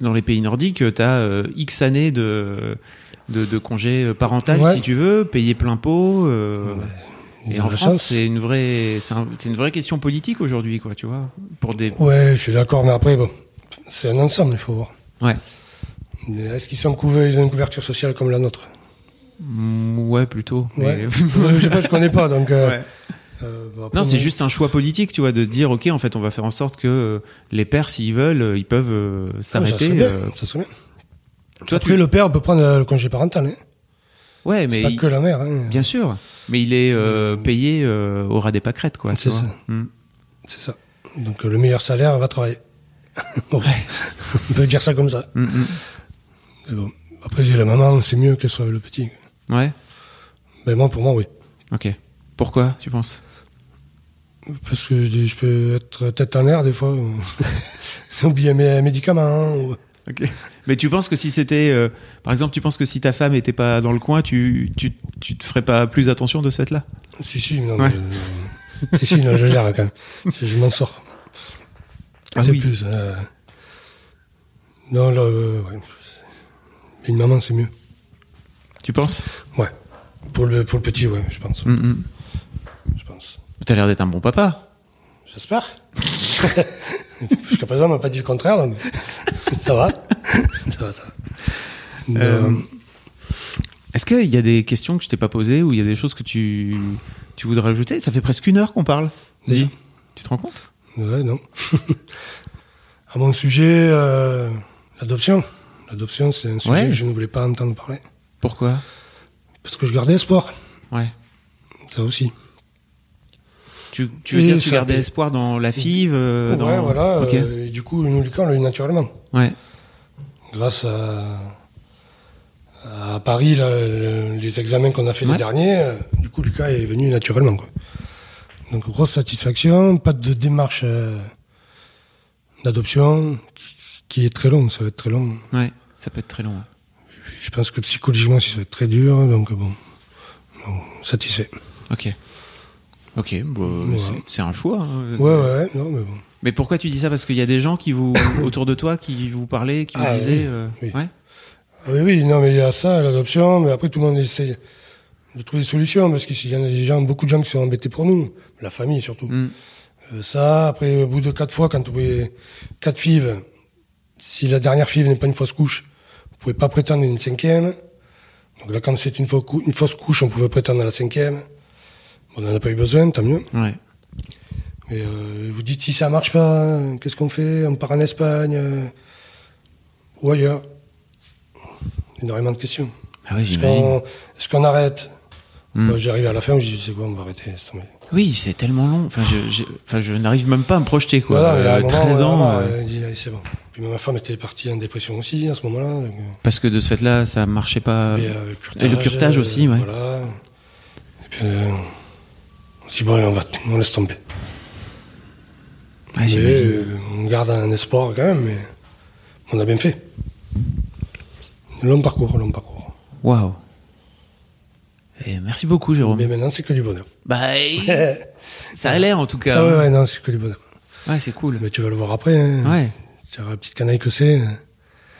Speaker 1: dans les pays nordiques Tu as X années de, de, de congé euh, parental,
Speaker 2: Ouais.
Speaker 1: si tu veux, payer plein pot. euh,
Speaker 2: ils
Speaker 1: Et
Speaker 2: ont
Speaker 1: en
Speaker 2: la
Speaker 1: France,
Speaker 2: chance.
Speaker 1: c'est une vraie, c'est un- c'est une vraie question politique aujourd'hui, quoi, tu vois, pour des.
Speaker 2: Ouais, je suis d'accord, mais après, bon, c'est un ensemble, il faut voir.
Speaker 1: Ouais.
Speaker 2: Mais Est-ce qu'ils sont couverts, ils ont une couverture sociale comme la nôtre
Speaker 1: Mm, Ouais, plutôt.
Speaker 2: Ouais.
Speaker 1: mais-
Speaker 2: Ouais, je sais pas, je connais pas, donc. euh,
Speaker 1: Ouais.
Speaker 2: euh, bah, après,
Speaker 1: Non, c'est
Speaker 2: moi,
Speaker 1: juste un choix politique, tu vois, de dire, ok, en fait, on va faire en sorte que euh, les pères, s'ils veulent, euh, ils peuvent euh,
Speaker 2: ah, ça serait
Speaker 1: s'arrêter.
Speaker 2: bien,
Speaker 1: euh,
Speaker 2: ça serait bien.
Speaker 1: Toi,
Speaker 2: Après,
Speaker 1: tu-
Speaker 2: le père peut prendre euh, le congé parental, hein.
Speaker 1: Ouais, mais
Speaker 2: pas
Speaker 1: il-
Speaker 2: que la mère. Hein.
Speaker 1: bien sûr. Mais il est euh, payé euh, au ras des pâquerettes, quoi. tu
Speaker 2: C'est
Speaker 1: vois.
Speaker 2: ça.
Speaker 1: Mm.
Speaker 2: C'est ça. Donc euh, le meilleur salaire va travailler. Bon. On peut dire ça comme ça.
Speaker 1: Mm, mm.
Speaker 2: Mais bon. Après, la maman, c'est mieux qu'elle soit avec le petit.
Speaker 1: Ouais.
Speaker 2: Ben moi, pour moi, oui.
Speaker 1: Ok. Pourquoi, tu penses
Speaker 2: Parce que je, dis, je peux être tête en l'air des fois. ou- Oublier mes médicaments. ou-
Speaker 1: Ok. Mais tu penses que si c'était, euh, par exemple, tu penses que si ta femme était pas dans le coin, tu, tu, tu te ferais pas plus attention de ce fait-là
Speaker 2: Si, si, non,
Speaker 1: Ouais.
Speaker 2: mais- si, si, non, je gère quand même. Je, je m'en sors.
Speaker 1: Ah
Speaker 2: c'est
Speaker 1: oui.
Speaker 2: plus. euh, Non, là, euh, ouais. Une maman, c'est mieux.
Speaker 1: Tu penses
Speaker 2: Ouais. Pour le, pour le petit, ouais, je pense.
Speaker 1: Mm, mm.
Speaker 2: Je pense.
Speaker 1: T'as l'air d'être un bon papa.
Speaker 2: J'espère. Jusqu'à présent, on m'a pas dit le contraire, donc ça va. ça va, ça va. Mais,
Speaker 1: Euh,
Speaker 2: euh,
Speaker 1: Est-ce qu'il y a des questions que je t'ai pas posées ou il y a des choses que tu, tu voudrais ajouter Ça fait presque une heure qu'on parle.
Speaker 2: Déjà.
Speaker 1: Dis. Tu te rends compte
Speaker 2: Ouais, non. à mon sujet, euh, l'adoption. L'adoption, c'est un sujet
Speaker 1: Ouais.
Speaker 2: que je ne voulais pas entendre parler.
Speaker 1: Pourquoi
Speaker 2: Parce que je gardais espoir,
Speaker 1: Ouais.
Speaker 2: ça aussi.
Speaker 1: Tu, tu veux
Speaker 2: Et
Speaker 1: dire que tu
Speaker 2: ça
Speaker 1: gardais
Speaker 2: paye.
Speaker 1: espoir dans la FIV euh,
Speaker 2: ouais,
Speaker 1: dans...
Speaker 2: voilà.
Speaker 1: Ok.
Speaker 2: euh, et du coup, nous, Lucas, on l'a eu naturellement.
Speaker 1: Ouais.
Speaker 2: Grâce à, à Paris, là, le- les examens qu'on a fait
Speaker 1: Ouais.
Speaker 2: les derniers, euh, du coup, Lucas est venu naturellement. Quoi. Donc, grosse satisfaction, pas de démarche euh, d'adoption qui- qui est très longue, ça va être très long.
Speaker 1: Ouais. Ça peut être très long. hein.
Speaker 2: Je pense que psychologiquement, ça va être très dur, hein, donc bon, bon, satisfait.
Speaker 1: Ok. Ok. bon,
Speaker 2: Ouais.
Speaker 1: c'est- C'est un choix. hein.
Speaker 2: Ouais, ouais, ouais, non, mais bon.
Speaker 1: Mais pourquoi tu dis ça Parce qu'il y a des gens qui vous autour de toi qui vous parlaient, qui vous
Speaker 2: Ah,
Speaker 1: disaient.
Speaker 2: oui,
Speaker 1: euh,
Speaker 2: oui.
Speaker 1: Ouais.
Speaker 2: Ah Oui, oui, non, mais il y a ça, l'adoption, mais après tout le monde essaie de trouver des solutions, parce qu'il y en a des gens, beaucoup de gens qui sont embêtés pour nous, la famille surtout.
Speaker 1: Mm.
Speaker 2: Euh, ça, après, au bout de quatre fois, quand vous pouvez, quatre fives, si la dernière five n'est pas une fausse couche, vous pouvez pas prétendre à une cinquième. Donc là, quand c'est une, fausse cou- une fausse couche, on pouvait prétendre à la cinquième. Bon, on n'en a pas eu besoin, tant mieux.
Speaker 1: Ouais.
Speaker 2: Mais euh, vous dites si ça marche pas, euh, qu'est-ce qu'on fait On part en Espagne euh, ou ailleurs Énormément de questions.
Speaker 1: Ah ouais,
Speaker 2: Est-ce
Speaker 1: j'imagine.
Speaker 2: qu'on est-ce qu'on arrête
Speaker 1: Mm.
Speaker 2: Moi, J'arrive à la fin, je dis c'est quoi, on va arrêter. laisse tomber.
Speaker 1: Oui, c'est tellement long. Enfin, je, je- enfin, je n'arrive même pas à me projeter quoi.
Speaker 2: Voilà, mais à
Speaker 1: Euh,
Speaker 2: un moment,
Speaker 1: 13
Speaker 2: on en a
Speaker 1: ans.
Speaker 2: marre,
Speaker 1: euh,
Speaker 2: elle dit, allez, c'est bon. Puis ma femme était partie en dépression aussi à ce moment-là. donc, euh,
Speaker 1: Parce que de ce fait-là, ça marchait pas.
Speaker 2: et, euh,
Speaker 1: Ah et le curtage aussi, ouais.
Speaker 2: Voilà. Et puis euh, on se dit bon, allez, on va, on laisse tomber.
Speaker 1: Ouais,
Speaker 2: Mais,
Speaker 1: j'imagine.
Speaker 2: euh, on garde un espoir quand même, mais on a bien fait. Long parcours, long parcours.
Speaker 1: Waouh. Et merci beaucoup, Jérôme.
Speaker 2: Mais maintenant, c'est que du bonheur.
Speaker 1: Bah, ça a l'air en tout cas. hein.
Speaker 2: ah ouais, ouais, non, c'est que du bonheur.
Speaker 1: Ouais, c'est cool.
Speaker 2: Mais tu vas le voir après. hein.
Speaker 1: Ouais.
Speaker 2: Tu verras la petite canaille que c'est.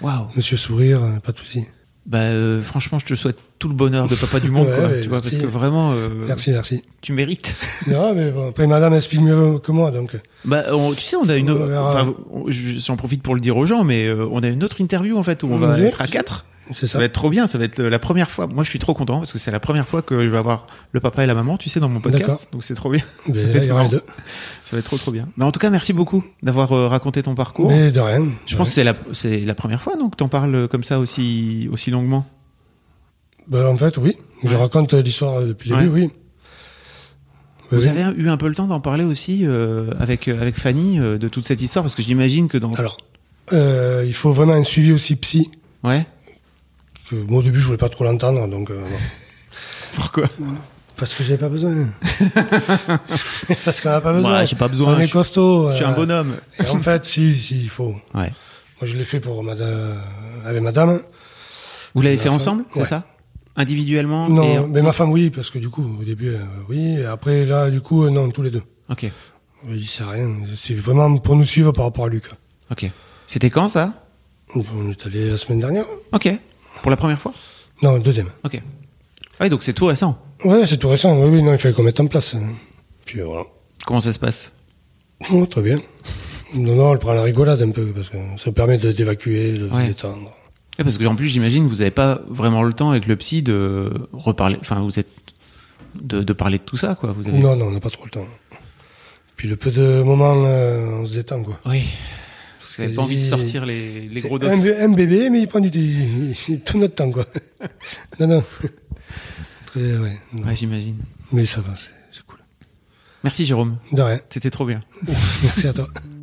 Speaker 1: Waouh.
Speaker 2: Monsieur Sourire, euh, pas de soucis.
Speaker 1: Bah, euh, franchement, je te souhaite tout le bonheur de papa du monde,
Speaker 2: Ouais,
Speaker 1: quoi,
Speaker 2: ouais,
Speaker 1: tu vois, parce que
Speaker 2: merci.
Speaker 1: vraiment, euh,
Speaker 2: Merci, merci.
Speaker 1: tu mérites.
Speaker 2: non, mais bon, après, madame explique mieux que moi, donc.
Speaker 1: Bah, on- tu sais, on a une.
Speaker 2: On verra.
Speaker 1: Enfin, on- je- j'en profite pour le dire aux gens, mais euh, on a une autre interview en fait où on va
Speaker 2: Ouais.
Speaker 1: être à quatre.
Speaker 2: C'est
Speaker 1: Ça
Speaker 2: ça.
Speaker 1: va être trop bien. Ça va être la première fois. Moi, je suis trop content parce que c'est la première fois que je vais avoir le papa et la maman, tu sais, dans mon
Speaker 2: D'accord. Ben,
Speaker 1: podcast. Donc c'est trop bien.
Speaker 2: Mais
Speaker 1: ça va
Speaker 2: là,
Speaker 1: être
Speaker 2: il y aura
Speaker 1: marrant.
Speaker 2: les deux.
Speaker 1: Ça va être trop trop bien. Mais en tout cas, merci beaucoup d'avoir euh, raconté ton parcours.
Speaker 2: Mais de rien.
Speaker 1: Je pense que c'est la, c'est la première fois donc que t'en parles euh, comme ça aussi, aussi longuement.
Speaker 2: Bah, en fait, oui. Je
Speaker 1: Ouais.
Speaker 2: raconte euh, l'histoire euh, depuis le
Speaker 1: Ouais.
Speaker 2: début, oui. Bah,
Speaker 1: Vous
Speaker 2: oui.
Speaker 1: avez eu un peu le temps d'en parler aussi euh, avec, euh, avec Fanny euh, de toute cette histoire parce que j'imagine que dans.
Speaker 2: Alors, euh, il faut vraiment un suivi aussi psy.
Speaker 1: Ouais.
Speaker 2: Que, moi, au début, je voulais pas trop l'entendre, donc. euh, non.
Speaker 1: Pourquoi
Speaker 2: Bah, Parce que j'avais pas besoin. Parce qu'on n'a pas besoin.
Speaker 1: Ouais, j'ai pas besoin.
Speaker 2: On est
Speaker 1: Je-
Speaker 2: costaud.
Speaker 1: Je suis un
Speaker 2: euh,
Speaker 1: bonhomme.
Speaker 2: Et en fait, si, si, il faut.
Speaker 1: Ouais.
Speaker 2: Moi, je l'ai fait pour madame, avec madame.
Speaker 1: Vous l'avez
Speaker 2: La
Speaker 1: fait
Speaker 2: femme-
Speaker 1: ensemble, c'est
Speaker 2: Bah, Ouais.
Speaker 1: ça Individuellement et
Speaker 2: Non,
Speaker 1: en-
Speaker 2: mais ma femme, oui, parce que du coup, au début, euh, oui. Et après, là, du coup, euh, non, tous les deux. Euh,
Speaker 1: Ok.
Speaker 2: Il sert à rien. C'est vraiment pour nous suivre par rapport à Luc.
Speaker 1: Ok. C'était quand ça
Speaker 2: On est allé la semaine dernière.
Speaker 1: Ok. Pour la première fois
Speaker 2: Non, deuxième.
Speaker 1: Ok. Ah oui, donc c'est tout récent.
Speaker 2: Ouais, c'est tout récent. Oui, oui, non, il fallait qu'on mette en place. Puis euh, voilà.
Speaker 1: Comment ça se passe
Speaker 2: Oh, très bien. Non, non, elle prend la rigolade un peu, parce que ça permet de- d'évacuer, de
Speaker 1: Ouais.
Speaker 2: se détendre.
Speaker 1: Eh, Parce que en plus, j'imagine, vous n'avez pas vraiment le temps avec le psy de reparler. Enfin, vous êtes de, de parler de tout ça, quoi. Vous avez.
Speaker 2: Non, non, on n'a pas trop le temps. Puis le peu de moments, euh, on se détend, quoi.
Speaker 1: Oui. Vous n'avez pas envie de sortir les, les gros dos.
Speaker 2: un, bé- un bébé, mais il prend du, il- il- tout notre temps, quoi. non, non. Très, ouais, non.
Speaker 1: Ouais, j'imagine.
Speaker 2: Mais ça va, c'est c'est cool.
Speaker 1: Merci, Jérôme.
Speaker 2: De rien.
Speaker 1: C'était trop bien.
Speaker 2: Merci à toi.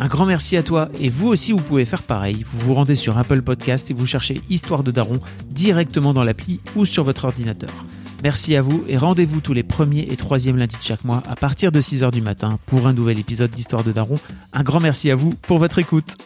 Speaker 1: Un grand merci à toi et vous aussi vous pouvez faire pareil. Vous vous rendez sur Apple Podcast et vous cherchez Histoire de Daron directement dans l'appli ou sur votre ordinateur. Merci à vous et rendez-vous tous les premiers et troisièmes lundis de chaque mois à partir de 6h du matin pour un nouvel épisode d'Histoire de Daron. Un grand merci à vous pour votre écoute.